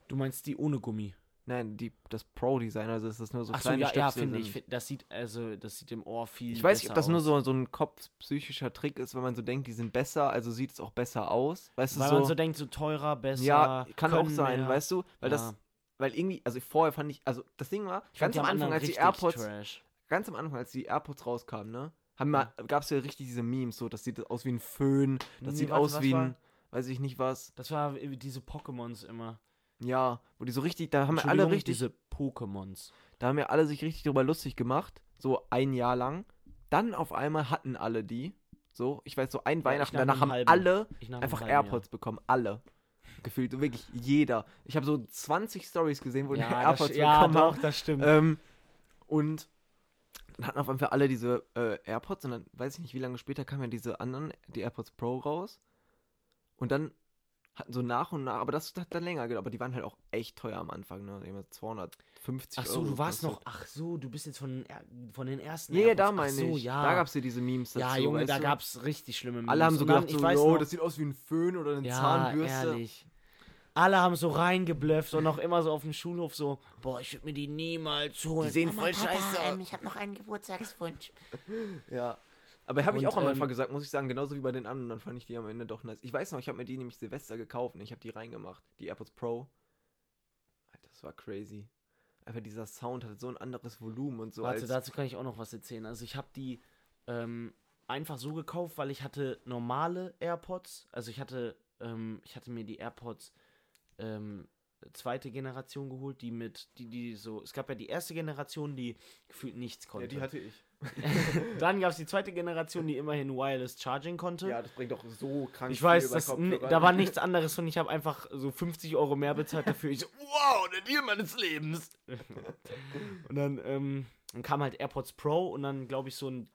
A: Du meinst die ohne Gummi?
B: Nein, die, das Pro-Design, also es ist nur so
A: Achso,
B: kleine
A: ja, ja
B: Stöpsel
A: finde ich.
B: sind.
A: Find, das sieht, also, das sieht im Ohr viel
B: Ich weiß nicht, ob
A: besser
B: das nur
A: aus.
B: so, so ein kopfpsychischer Trick ist, wenn man so denkt, die sind besser, also sieht es auch besser aus. Weißt
A: Weil
B: du, so,
A: man so denkt, so teurer, besser.
B: ja, kann auch
A: können
B: sein,
A: mehr.
B: weißt du? Weil
A: Ja.
B: das, weil irgendwie, also vorher fand ich, also das Ding war,
A: Ich fand
B: ganz
A: die
B: am Anfang,
A: anderen
B: als die
A: richtig
B: AirPods,
A: Trash.
B: ganz am Anfang, als die AirPods rauskamen, ne? Haben wir, gab's ja richtig diese Memes, so, das sieht aus wie ein Föhn, das
A: Nee,
B: sieht
A: warte,
B: aus
A: was
B: wie ein,
A: war-
B: weiß ich nicht was,
A: Das war äh, diese Pokémons immer.
B: ja, wo die so richtig, da haben wir alle
A: Entschuldigung,
B: richtig,
A: Diese Pokémons.
B: da haben wir alle sich richtig drüber lustig gemacht, so ein Jahr lang. Dann auf einmal hatten alle die, so, ich weiß, so ein Weihnachten,
A: nach einem
B: danach haben
A: halben.
B: alle
A: Ich nach einem
B: einfach
A: halben Jahr.
B: AirPods bekommen, alle. Gefühlt, so wirklich jeder. Ich habe so 20 Stories gesehen, wo die
A: Ja, das,
B: AirPods
A: st- ja
B: bekommen haben.
A: doch, das stimmt.
B: Ähm, und dann hatten auf einmal alle diese äh, AirPods und dann weiß ich nicht, wie lange später kamen ja diese anderen, die AirPods Pro raus. Und dann hatten so nach und nach, aber das hat dann länger gedauert, aber die waren halt auch echt teuer am Anfang, ne? Immer 250
A: ach so,
B: Euro
A: du warst
B: gekostet.
A: noch. Ach so, du bist jetzt von, den Er- von den ersten.
B: Ja, ja, da
A: AirPods.
B: meine
A: ach so,
B: ich.
A: Ja,
B: Da gab es ja diese Memes dazu.
A: ja Junge,
B: weißt
A: da
B: du?
A: gab es richtig schlimme Memes.
B: Alle haben so
A: Und dann,
B: gedacht,
A: ich
B: so,
A: weiß
B: yo,
A: noch-
B: das sieht aus wie ein Föhn oder eine
A: ja,
B: Zahnbürste.
A: Ehrlich. Alle haben so reingeblufft und auch immer so auf dem Schulhof so, boah, ich würde mir die niemals holen.
B: Die sehen
C: Mama,
B: voll
C: Papa,
B: scheiße aus.
C: Ähm, ich habe noch einen Geburtstagswunsch.
B: Ja. Aber habe ich
A: Und,
B: auch am
A: ähm,
B: Anfang gesagt, muss ich sagen, genauso wie bei den anderen, dann fand ich die am Ende doch nice. Ich weiß noch, ich habe mir die nämlich Silvester gekauft und ich habe die reingemacht. Die AirPods Pro. Alter, das war crazy. Einfach dieser Sound hatte so ein anderes Volumen und so.
A: Warte,
B: als,
A: dazu kann ich auch noch was erzählen. Also ich habe die ähm, einfach so gekauft, weil ich hatte normale AirPods. Also ich hatte, ähm, ich hatte mir die AirPods ähm, zweite Generation geholt, die mit, die, die so, es gab ja die erste Generation, die gefühlt nichts konnte.
B: ich.
A: Dann gab es die zweite Generation, die immerhin Wireless Charging konnte.
B: Ja, das bringt doch so krank.
A: ich weiß,
B: über
A: das, n-
B: Kopfhörer.
A: da war nichts anderes und ich habe einfach so 50 Euro mehr bezahlt dafür. Ich so, wow, der Deal meines Lebens. und dann, ähm, dann kam halt AirPods Pro und dann, glaube ich, so ein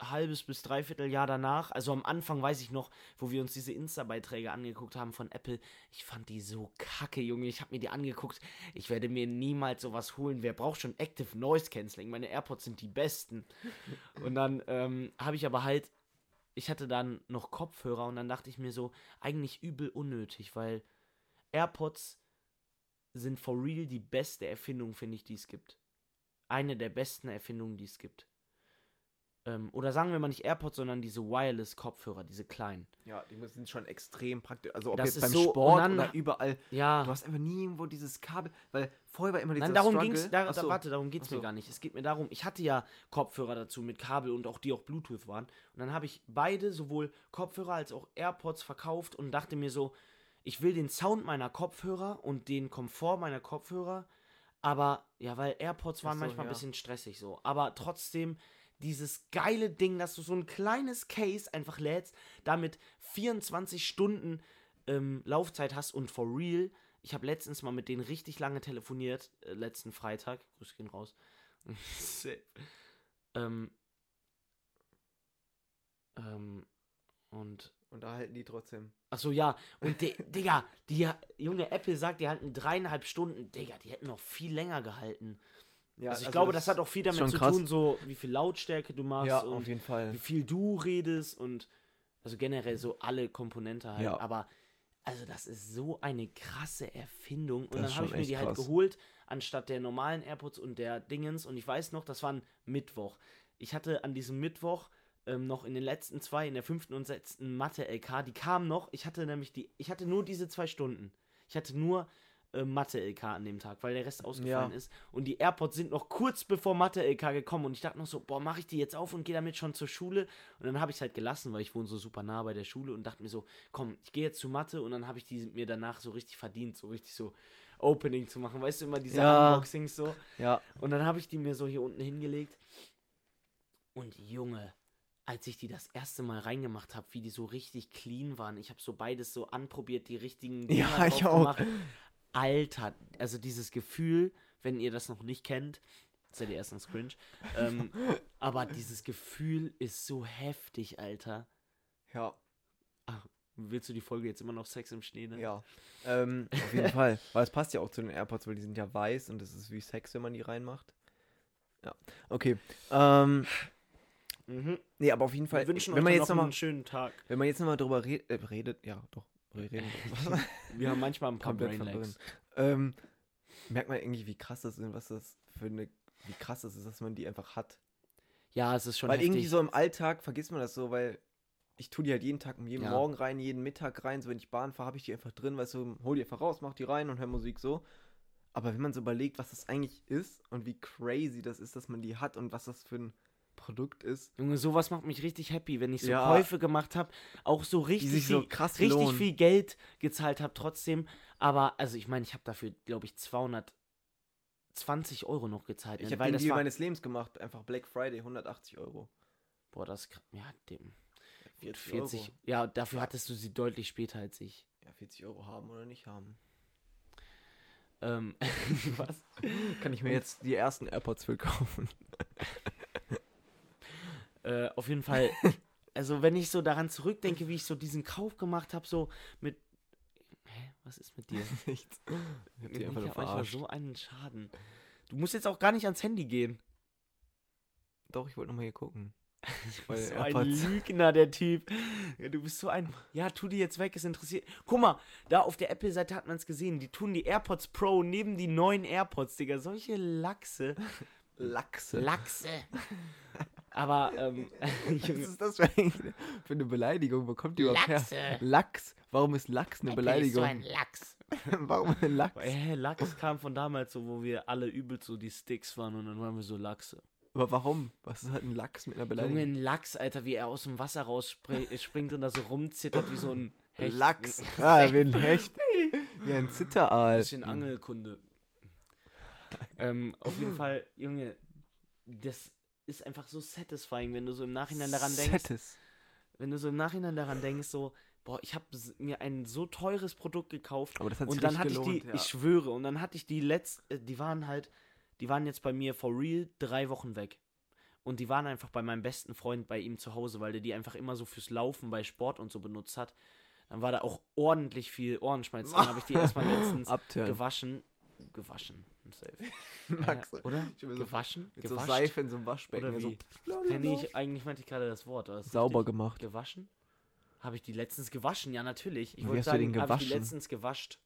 A: halbes bis dreiviertel Jahr danach, also am Anfang weiß ich noch, wo wir uns diese Insta-Beiträge angeguckt haben von Apple, ich fand die so kacke, Junge, ich habe mir die angeguckt, ich werde mir niemals sowas holen, wer braucht schon Active Noise Cancelling, meine AirPods sind die besten. Und dann ähm, habe ich aber halt ich hatte dann noch Kopfhörer und dann dachte ich mir so, eigentlich übel unnötig, weil AirPods sind for real die beste Erfindung, finde ich, die es gibt. Eine der besten Erfindungen, die es gibt. Ähm, oder sagen wir mal nicht AirPods, sondern diese Wireless-Kopfhörer, diese kleinen.
B: Ja, die sind schon extrem praktisch. Also, ob
A: Das
B: jetzt
A: ist
B: beim
A: so- und
B: Sport
A: dann-
B: oder überall.
A: Ja.
B: Du hast einfach nirgendwo dieses Kabel, weil vorher war immer dieser
A: Nein, darum
B: Struggle.
A: ging es. Da, da,
B: Achso.
A: warte, darum geht es
B: Ach so.
A: mir gar nicht. Es geht mir darum, ich hatte ja Kopfhörer dazu mit Kabel und auch die auch Bluetooth waren. Und dann habe ich beide, sowohl Kopfhörer als auch AirPods, verkauft und dachte mir so, ich will den Sound meiner Kopfhörer und den Komfort meiner Kopfhörer. Aber ja, weil AirPods waren
B: Ach so,
A: manchmal
B: ja.
A: ein bisschen stressig so. Aber trotzdem dieses geile Ding, dass du so ein kleines Case einfach lädst, damit 24 Stunden ähm, Laufzeit hast und for real, ich habe letztens mal mit denen richtig lange telefoniert, äh, letzten Freitag, Grüße gehen raus. Safe. ähm, ähm, und
B: Und da halten die trotzdem.
A: Ach so, ja. Und, die, Digga, die junge Apple sagt, die halten dreieinhalb Stunden. Digga, die hätten noch viel länger gehalten.
B: Ja,
A: also ich glaube, das, hat auch viel damit
B: schon
A: zu
B: krass.
A: tun, so wie viel Lautstärke du machst
B: Ja, auf
A: und
B: jeden Fall.
A: wie viel du redest und also generell so alle Komponente halt.
B: Ja.
A: Aber also das ist so eine krasse Erfindung. Und
B: Das ist
A: dann habe ich
B: schon
A: mir
B: echt
A: die halt
B: krass.
A: geholt, anstatt der normalen AirPods und der Dingens. Und ich weiß noch, das war ein Mittwoch. Ich hatte an diesem Mittwoch ähm, noch in den letzten zwei, in der fünften und sechsten Mathe-LK, die kamen noch. Ich hatte nämlich die, ich hatte nur diese zwei Stunden. Ich hatte nur äh, Mathe-LK an dem Tag, weil der Rest ausgefallen
B: Ja.
A: ist. Und die AirPods sind noch kurz bevor Mathe-LK gekommen. Und ich dachte noch so, boah, mache ich die jetzt auf und gehe damit schon zur Schule? Und dann habe ich es halt gelassen, weil ich wohne so super nah bei der Schule und dachte mir so, komm, ich gehe jetzt zu Mathe und dann habe ich die mir danach so richtig verdient, so richtig so Opening zu machen. Weißt du, immer diese
B: Ja.
A: Unboxings so.
B: Ja.
A: Und dann habe ich die mir so hier unten hingelegt. Und Junge, als ich die das erste Mal reingemacht habe, wie die so richtig clean waren, ich habe so beides so anprobiert, die richtigen
B: Ja,
A: drauf
B: ich auch.
A: gemacht. Alter, also dieses Gefühl, wenn ihr das noch nicht kennt, seid ihr erst noch cringe. ähm, aber dieses Gefühl ist so heftig, Alter.
B: Ja.
A: Willst du die Folge jetzt immer noch Sex im Schnee nennen?
B: Ja, ähm, auf jeden Fall. Weil es passt ja auch zu den AirPods, weil die sind ja weiß und es ist wie Sex, wenn man die reinmacht. Ja, okay. Ähm,
A: Mhm.
B: nee, aber auf jeden
A: Wir
B: Fall,
A: wünschen
B: wenn
A: euch
B: man,
A: dann
B: jetzt
A: noch
B: noch mal,
A: einen schönen Tag.
B: wenn man jetzt nochmal drüber red, äh, redet, ja, doch, wir reden drüber.
A: Wir haben manchmal ein paar
B: Komplett
A: Brainlags.
B: verwirrend. ähm, merkt man irgendwie, wie krass das ist, was das für eine, wie krass das ist, dass man die einfach hat.
A: Ja, es ist schon
B: weil
A: heftig.
B: irgendwie so im Alltag vergisst man das so, weil ich tue die halt jeden Tag, jeden
A: Ja.
B: Morgen rein, jeden Mittag rein. So, wenn ich Bahn fahre, habe ich die einfach drin, weißt du, hol die einfach raus, mach die rein und hör Musik so. Aber wenn man so überlegt, was das eigentlich ist und wie crazy das ist, dass man die hat und was das für ein Produkt ist,
A: Junge, sowas macht mich richtig happy, wenn ich so
B: Ja.
A: Käufe gemacht habe, auch so richtig,
B: sich so
A: viel,
B: krass
A: richtig
B: lohnen.
A: viel Geld gezahlt habe trotzdem. Aber, also ich meine, ich habe dafür, glaube ich, 220 Euro noch gezahlt.
B: Ich
A: ne?
B: habe den
A: das
B: Deal
A: war-
B: meines Lebens gemacht, einfach Black Friday, 180 Euro.
A: Boah, das ist kr- Ja, dem.
B: 40
A: 40.
B: Euro.
A: Ja, dafür hattest du sie deutlich später als ich.
B: Ja, 40 Euro haben oder nicht haben.
A: Ähm, was?
B: Kann ich mir jetzt die ersten AirPods für kaufen?
A: Äh, auf jeden Fall. Also, wenn ich so daran zurückdenke, wie ich so diesen Kauf gemacht habe, so mit. Hä? Was ist mit dir?
B: Nichts. Ich hab die
A: Mit
B: einfach
A: Nika,
B: nur
A: manchmal
B: verarscht.
A: so einen Schaden. Du musst jetzt auch gar nicht ans Handy gehen.
B: Doch, ich wollte nochmal hier gucken.
A: Du
B: Weil
A: bist so ein
B: AirPods.
A: Lügner, der Typ. Ja, Du bist so ein. Ja, tu die jetzt weg, es interessiert. Guck mal, da auf der Apple-Seite hat man es gesehen. Die tun die AirPods Pro neben die neuen AirPods, Digga. Solche Lachse.
B: Lachse.
A: Lachse. Aber, ähm.
B: Was
A: Junge,
B: ist das für eine, für eine Beleidigung? Wo kommt die überhaupt her?
C: Lachse.
B: Lachs. Warum ist Lachs eine
C: Apple ist so
B: Beleidigung?
C: ein Lachs.
B: Warum ein Lachs?
A: Hä, Lachs kam von damals, so, wo wir alle übel so die Sticks waren und dann waren wir so Lachse.
B: Aber warum? Was hat ein Lachs mit einer
A: Junge,
B: Beleidigung?
A: ein Lachs, Alter, wie er aus dem Wasser rausspringt und da so rumzittert wie so ein Hecht.
B: Lachs. Ah, wie ein Hecht. Wie ein Zitteraal.
A: Bisschen Angelkunde. ähm, auf jeden Fall, Junge, das ist einfach so satisfying, wenn du so im Nachhinein daran denkst,
B: Settes.
A: wenn du so im Nachhinein daran denkst, so, boah, ich habe mir ein so teures Produkt gekauft
B: Aber das hat sich
A: und dann hatte
B: richtig
A: ich
B: gelohnt.
A: die,
B: ja.
A: ich schwöre, und dann hatte ich die letzt, äh, die waren halt, die waren jetzt bei mir for real drei Wochen weg. Und die waren einfach bei meinem besten Freund bei ihm zu Hause, weil der die einfach immer so fürs Laufen bei Sport und so benutzt hat. Dann war da auch ordentlich viel Ohrenschmalz drin, habe ich die erstmal letztens
B: Abtören.
A: gewaschen. Gewaschen. Safe.
B: Max,
A: Äh, oder?
B: Ich hab mir so-
A: Gewaschen?
B: Mit so
A: Gewascht?
B: Seife in so einem Waschbecken.
A: Oder
B: so
A: wie? Nee, ich, eigentlich meinte ich gerade das Wort. aber es ist
B: sauber
A: richtig.
B: gemacht.
A: Gewaschen? Habe ich die letztens gewaschen? Ja, natürlich. Ich
B: Wie
A: wollte
B: hast du
A: sagen,
B: den
A: habe ich die
B: gewaschen?
A: letztens gewascht.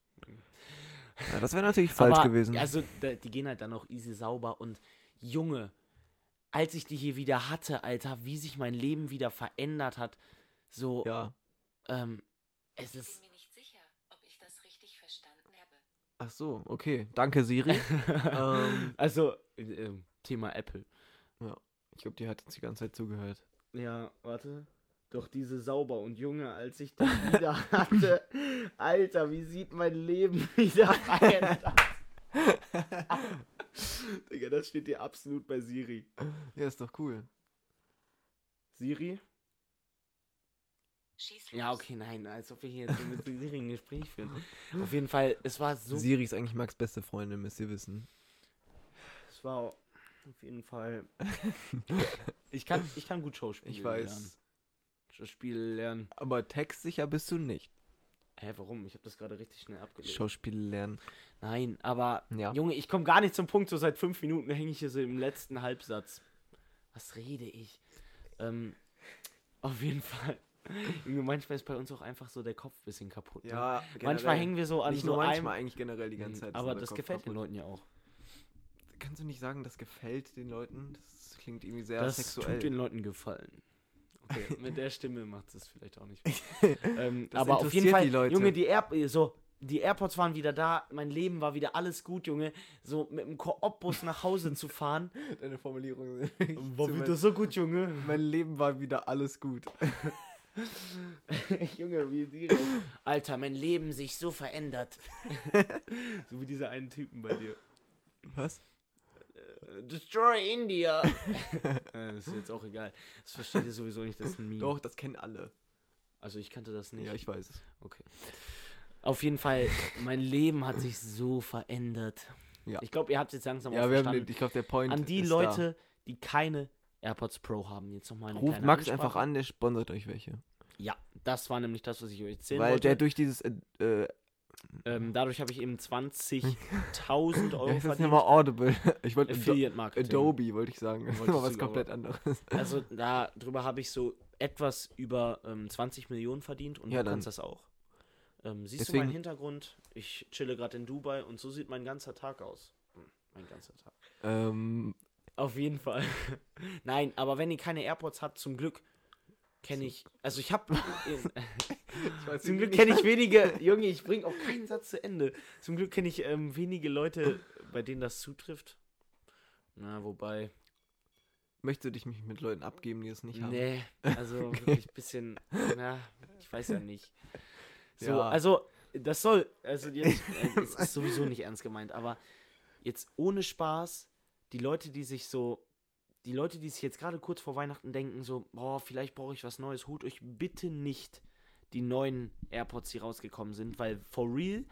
B: Ja, das wäre natürlich falsch
A: Aber,
B: gewesen.
A: Also, da, die gehen halt dann auch easy sauber und Junge, als ich die hier wieder hatte, Alter, wie sich mein Leben wieder verändert hat, so,
B: ja.
A: ähm, es
D: Ich
A: ist.
D: bin mir nicht sicher, ob ich das richtig verstanden habe.
B: Ach so, okay. Danke, Siri. ähm,
A: Also, äh, ähm, Thema Apple.
B: ich glaube, die hat jetzt die ganze Zeit zugehört.
A: Ja, warte. Doch diese sauber und Junge, als ich das wieder hatte, Alter, wie sieht mein Leben wieder verändert? Digga, das steht dir absolut bei Siri.
B: Ja, ist doch cool.
A: Siri?
D: Schieß los.
A: Ja, okay, nein, als ob wir hier jetzt so mit Siri ein Gespräch führen. Auf jeden Fall, es war so.
B: Siri ist eigentlich Max' beste Freundin, müsst ihr wissen.
A: es war auf jeden Fall. Ich kann, ich kann gut Schauspiel
B: Ich weiß.
A: lernen. Schauspiel lernen.
B: Aber textsicher bist du nicht.
A: Hä, warum? Ich habe das gerade richtig schnell abgelegt.
B: Schauspiel lernen.
A: nein, aber.
B: Ja.
A: Junge, ich komme gar nicht zum Punkt, so seit fünf Minuten hänge ich hier so im letzten Halbsatz. Was rede ich? Ähm, auf jeden Fall. Junge, manchmal ist bei uns auch einfach so der Kopf ein bisschen kaputt. ne?
B: Ja,
A: manchmal hängen wir so an
B: nicht
A: so
B: nur
A: einem. Hm,
B: manchmal, eigentlich generell die ganze Zeit. ist
A: aber
B: unser
A: das
B: Kopf
A: gefällt den
B: kaputt.
A: Leuten ja auch.
B: Kannst du nicht sagen, das gefällt den Leuten? Das klingt irgendwie sehr
A: das
B: sexuell.
A: tut den Leuten gefallen. Okay, mit der Stimme macht es vielleicht auch nicht. ähm,
B: Das
A: aber auf jeden
B: interessiert
A: Fall,
B: die Leute.
A: Junge, die Air so die Airpods waren wieder da, mein Leben war wieder alles gut, Junge. So mit dem Koop-Bus nach Hause zu fahren,
B: Deine Formulierung. war
A: war wieder so gut, Junge.
B: mein Leben war wieder alles gut.
A: Junge, wie die Alter, mein Leben sich so verändert. so wie diese einen Typen bei dir.
B: Was?
A: Äh, Destroy India. äh, ist jetzt auch egal. Das versteht ihr sowieso nicht, das ist ein Meme.
B: Doch, das kennen alle.
A: Also ich kannte das nicht.
B: Ja, ich weiß es.
A: Okay. Auf jeden Fall, mein Leben hat sich so verändert.
B: Ja.
A: Ich glaube, ihr habt es jetzt langsam auch
B: Ja, wir haben den,
A: verstanden.
B: ich glaube, der Point
A: An die
B: ist
A: Leute, die keine AirPods Pro haben, jetzt nochmal eine
B: Da. Ruft
A: kleine
B: Max
A: Ansprache.
B: einfach an, der sponsert euch welche.
A: Ja, das war nämlich das, was ich euch erzählen
B: Weil der
A: wollte.
B: durch dieses. Äh, äh,
A: ähm, dadurch habe ich eben 20.000
B: ja,
A: Euro Äh,
B: ist das
A: verdient.
B: nochmal Audible? Ich wollte Ado
A: Affiliate Marketing.
B: Adobe, wollte ich sagen. Das ist
A: Wolltest
B: mal
A: du,
B: was
A: aber-
B: komplett anderes.
A: Also darüber habe ich so etwas über ähm, 20 Millionen verdient und
B: Ja,
A: du kannst
B: dann.
A: das auch. Ähm, siehst du
B: Deswegen-
A: meinen Hintergrund? Ich chille gerade in Dubai und so sieht mein ganzer Tag aus. Hm, Mein ganzer Tag.
B: Ähm,
A: Auf jeden Fall. Nein, aber wenn ihr keine AirPods habt, zum Glück kenne ich. Also ich habe. zum Glück kenne ich wenige. Junge, ich bringe auch keinen Satz zu Ende. Zum Glück kenne ich ähm, wenige Leute, bei denen das zutrifft. Na, wobei.
B: möchtest du dich nicht mit Leuten abgeben, die es nicht haben?
A: Nee, also wirklich ein bisschen, na, ich weiß ja nicht. So,
B: Ja.
A: also, das soll, also jetzt, äh, es ist sowieso nicht ernst gemeint, aber jetzt ohne Spaß, die Leute, die sich so, die Leute, die sich jetzt gerade kurz vor Weihnachten denken, so, boah, vielleicht brauche ich was Neues, holt euch bitte nicht die neuen AirPods, die rausgekommen sind, weil for real.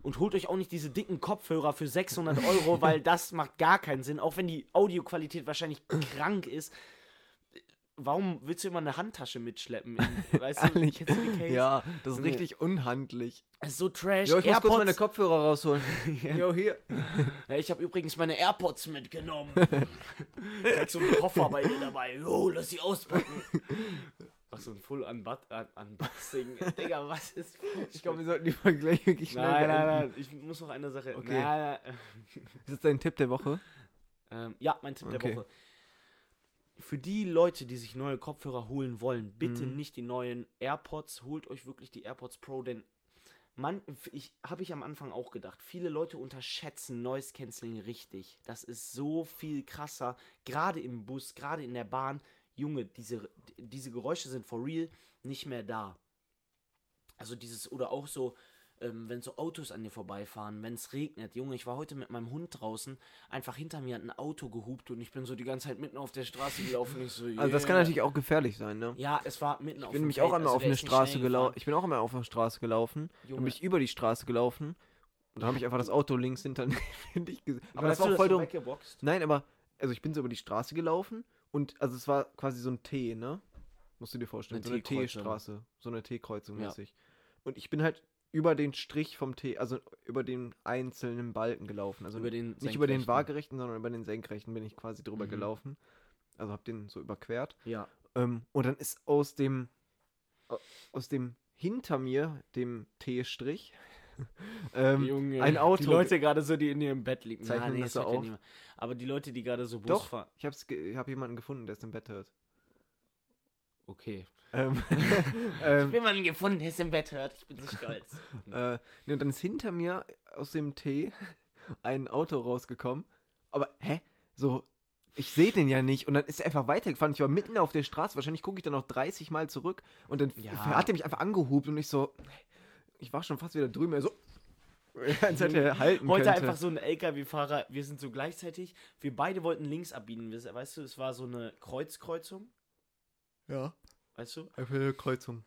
A: Und holt euch auch nicht diese dicken Kopfhörer für 600 Euro, weil das macht gar keinen Sinn. Auch wenn die Audioqualität wahrscheinlich krank ist. Warum willst du immer eine Handtasche mitschleppen? In, weißt du,
B: Ehrlich?
A: kennst du die Case?
B: Ja, das ist
A: Nee.
B: richtig unhandlich.
A: Es ist so trash.
B: Jo, ich muss kurz meine
A: AirPods.
B: Kopfhörer rausholen. Jo, hier.
A: Ja, ich habe übrigens meine AirPods mitgenommen. ich hab so einen Koffer bei dir dabei. Jo, lass sie auspacken. Ach, so ein Full-Unboxing. Digga, was ist
B: Ich glaube, wir sollten die Vergleiche wirklich schnell
A: Nein, nein,
B: beenden.
A: nein. Ich muss noch eine Sache.
B: Okay.
A: Nein, nein.
B: Ist das dein Tipp der Woche?
A: Ähm, ja, mein Tipp
B: Okay.
A: der Woche. Für die Leute, die sich neue Kopfhörer holen wollen, bitte
B: Mhm.
A: nicht die neuen AirPods. Holt euch wirklich die AirPods Pro, denn man, ich habe ich am Anfang auch gedacht, viele Leute unterschätzen Noise Cancelling richtig. Das ist so viel krasser, gerade im Bus, gerade in der Bahn. Junge, diese, diese Geräusche sind for real nicht mehr da. Also dieses, oder auch so, ähm, wenn so Autos an dir vorbeifahren, wenn es regnet. Junge, ich war heute mit meinem Hund draußen, einfach hinter mir hat ein Auto gehupt und ich bin so die ganze Zeit mitten auf der Straße gelaufen. Ich so,
B: Also das kann
A: yeah.
B: natürlich auch gefährlich sein, ne?
A: Ja, es war mitten
B: Ich
A: auf
B: bin
A: dem
B: nämlich
A: Feld,
B: auch einmal
A: also
B: auf
A: der
B: eine
A: ist nicht
B: Straße
A: schnell
B: gelaufen.
A: gefahren.
B: Ich bin auch einmal auf eine Straße gelaufen. Dann
A: Junge.
B: bin ich über die Straße gelaufen. Und dann habe ich einfach das Auto links hinter dich gesehen. Aber das
A: Hast
B: war
A: du
B: auch voll
A: so
B: dumm.
A: weggeboxt?
B: Nein, aber, also ich bin so über die Straße gelaufen und, also es war quasi so ein T, ne? Musst du dir vorstellen.
A: Eine
B: so eine
A: T-Kreuzung.
B: T-Straße. So eine T-Kreuzung
A: Ja.
B: mäßig. Und ich bin halt über den Strich vom T, also über den einzelnen Balken gelaufen. Also
A: Über den
B: nicht über den
A: senkrechten.
B: waagerechten, sondern über den senkrechten bin ich quasi drüber
A: Mhm.
B: gelaufen. Also hab den so überquert.
A: Ja.
B: Ähm, und dann ist aus dem, au- aus dem hinter mir, dem T-Strich, ähm,
A: Junge.
B: ein Auto
A: Die
B: ge-
A: Leute gerade so, die in ihrem Bett liegen.
B: Zeichnen
A: Nein,
B: das
A: das
B: so
A: hört ja
B: auf.
A: niemand. Aber die Leute, die gerade so Bus
B: Doch.
A: fahren.
B: ich hab's ge- ich hab jemanden gefunden, der es im Bett hört.
A: Okay.
B: Ähm, ähm,
C: Wenn man gefunden ist im Bett hört.
A: Ich bin so stolz.
B: äh, nee, und dann ist hinter mir aus dem T ein Auto rausgekommen. Aber, hä? So, ich sehe den ja nicht. Und dann ist er einfach weitergefahren. Ich war mitten auf der Straße. Wahrscheinlich gucke ich dann noch 30 Mal zurück. Und dann
A: Ja.
B: hat er mich einfach angehobt. Und ich so, ich war schon fast wieder drüben. Er so, als hätte er halten
A: Heute
B: könnte.
A: einfach so ein LKW-Fahrer. Wir sind so gleichzeitig. Wir beide wollten links abbiegen. Wir- Weißt du, es war so eine Kreuzkreuzung.
B: Ja,
A: Weißt du?
B: einfach eine Kreuzung.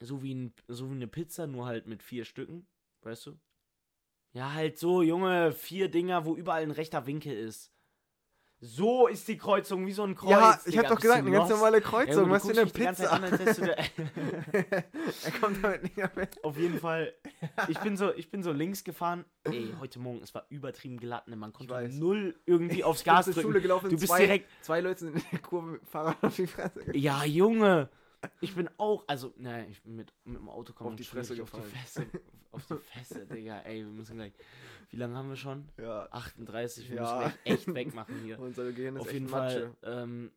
A: So wie, ein, so wie eine Pizza, nur halt mit vier Stücken. Weißt du? Ja, halt so, Junge. Vier Dinger, wo überall ein rechter Winkel ist. So ist die Kreuzung, wie so ein Kreuz.
B: ja, ich
A: Digga,
B: hab doch
A: bist
B: gesagt,
A: du
B: eine ganz
A: lost?
B: normale
A: Ja,
B: Kreuzung.
A: Junge, du
B: was für
A: guckst
B: eine
A: mich die ganze Zeit ne? an,
B: Pizza?
A: als hättest du da-
B: er kommt damit nicht mehr weg.
A: Auf jeden Fall. Ich bin so, ich bin so links gefahren. Ey, heute Morgen, es war übertrieben glatt, ne? Man konnte
B: weiß.
A: null irgendwie aufs Gas
B: Ich bin zur
A: drücken.
B: Schule gelaufen,
A: du bist
B: zwei,
A: direkt.
B: zwei Leute sind in der Kurve mit dem Fahrrad auf die Fresse gegangen.
A: Ja, Junge. Ich bin auch, also, nein, ich bin mit, mit dem Auto kommen
B: Auf die
A: natürlich
B: Fresse
A: auf die Fresse, auf die Fresse, Digga. Ey, wir müssen gleich. Wie lange haben wir schon?
B: Ja,
A: 38, wir
B: Ja.
A: müssen gleich echt wegmachen hier.
B: unser Gehirn ist
A: auf
B: echt
A: jeden
B: Matsche.
A: Fall. Ähm,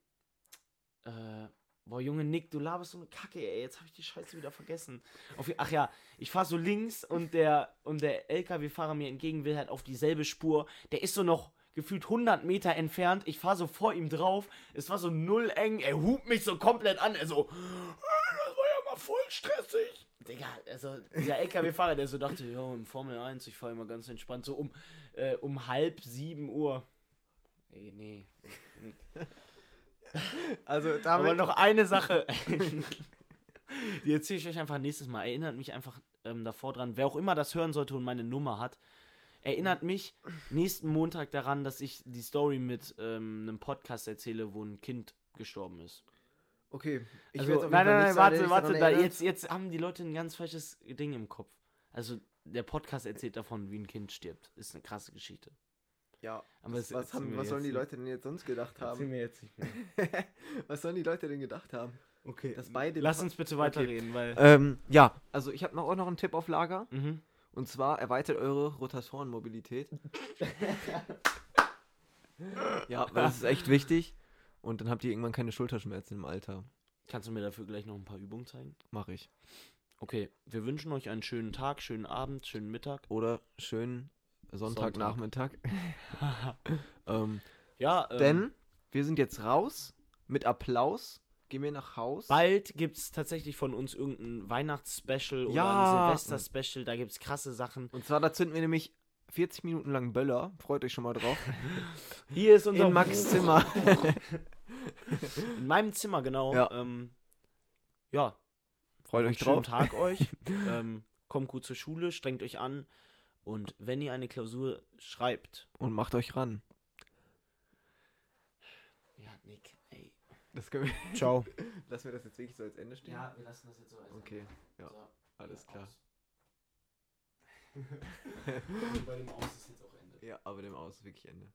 A: äh, boah, Junge, Nick, du laberst so eine Kacke, ey. Jetzt habe ich die Scheiße wieder vergessen. Auf, je- ach ja, ich fahre so links und der, und der LKW-Fahrer mir entgegen will halt auf dieselbe Spur. Der ist so noch gefühlt 100 Meter entfernt. Ich fahre so vor ihm drauf. Es war so null eng. Er hupt mich so komplett an. Er so, "Äh, das war ja mal voll stressig. Digga, also dieser LKW-Fahrer, der so dachte, ja, im Formel 1, ich fahre immer ganz entspannt, so um, äh, um halb sieben Uhr. Ey, nee.
B: Also
A: Aber
B: damit
A: noch eine Sache. Die erzähle ich euch einfach nächstes Mal. Erinnert mich einfach ähm, davor dran. Wer auch immer das hören sollte und meine Nummer hat, erinnert mich nächsten Montag daran, dass ich die Story mit ähm, einem Podcast erzähle, wo ein Kind gestorben ist.
B: Okay, ich
A: also,
B: will jetzt auf
A: nein, nein,
B: jeden Fall
A: nein,
B: nicht sagen,
A: warte,
B: der
A: warte,
B: sich daran
A: da,
B: erinnert.
A: jetzt, jetzt haben die Leute ein ganz falsches Ding im Kopf. Also der Podcast erzählt davon, wie ein Kind stirbt. Ist eine krasse Geschichte.
B: Ja,
A: Aber
B: was,
A: das
B: was,
A: erzählen
B: haben,
A: wir
B: was sollen
A: jetzt
B: die
A: nicht.
B: Leute denn jetzt sonst gedacht haben?
A: wir jetzt nicht mehr.
B: was sollen die Leute denn gedacht haben? Okay. Dass beide
A: Lass uns bitte weiterreden, weil.
B: Ähm, ja, also ich habe noch auch noch einen Tipp auf Lager.
A: Mhm.
B: Und zwar erweitert eure Rotatorenmobilität. ja, weil das ist echt wichtig. Und dann habt ihr irgendwann keine Schulterschmerzen im Alter.
A: Kannst du mir dafür gleich noch ein paar Übungen zeigen?
B: Mache ich.
A: Okay, wir wünschen euch einen schönen Tag, schönen Abend, schönen Mittag.
B: Oder schönen Sonntagnachmittag. ähm,
A: ja, ähm,
B: denn wir sind jetzt raus. Mit Applaus gehen wir nach Haus.
A: Bald gibt es tatsächlich von uns irgendein Weihnachtsspecial oder
B: Ja.
A: ein Silvesterspecial. Da gibt es krasse Sachen.
B: Und zwar, da zünden wir nämlich 40 Minuten lang Böller. Freut euch schon mal drauf.
A: Hier ist unser
B: In Max Zimmer.
A: In meinem Zimmer, genau.
B: Ja.
A: ähm, ja
B: Freut euch
A: schönen
B: drauf.
A: Tag euch. ähm, kommt gut zur Schule, strengt euch an. Und wenn ihr eine Klausur schreibt.
B: Und macht euch ran.
A: Ja, Nick, ey.
B: Das können wir.
A: Ciao.
B: Lassen wir das jetzt wirklich so als Ende stehen?
A: wir lassen das jetzt so.
B: Okay, ja.
A: So,
B: Alles klar.
A: Bei dem Aus ist jetzt auch Ende.
B: Ja, aber dem Aus ist wirklich Ende.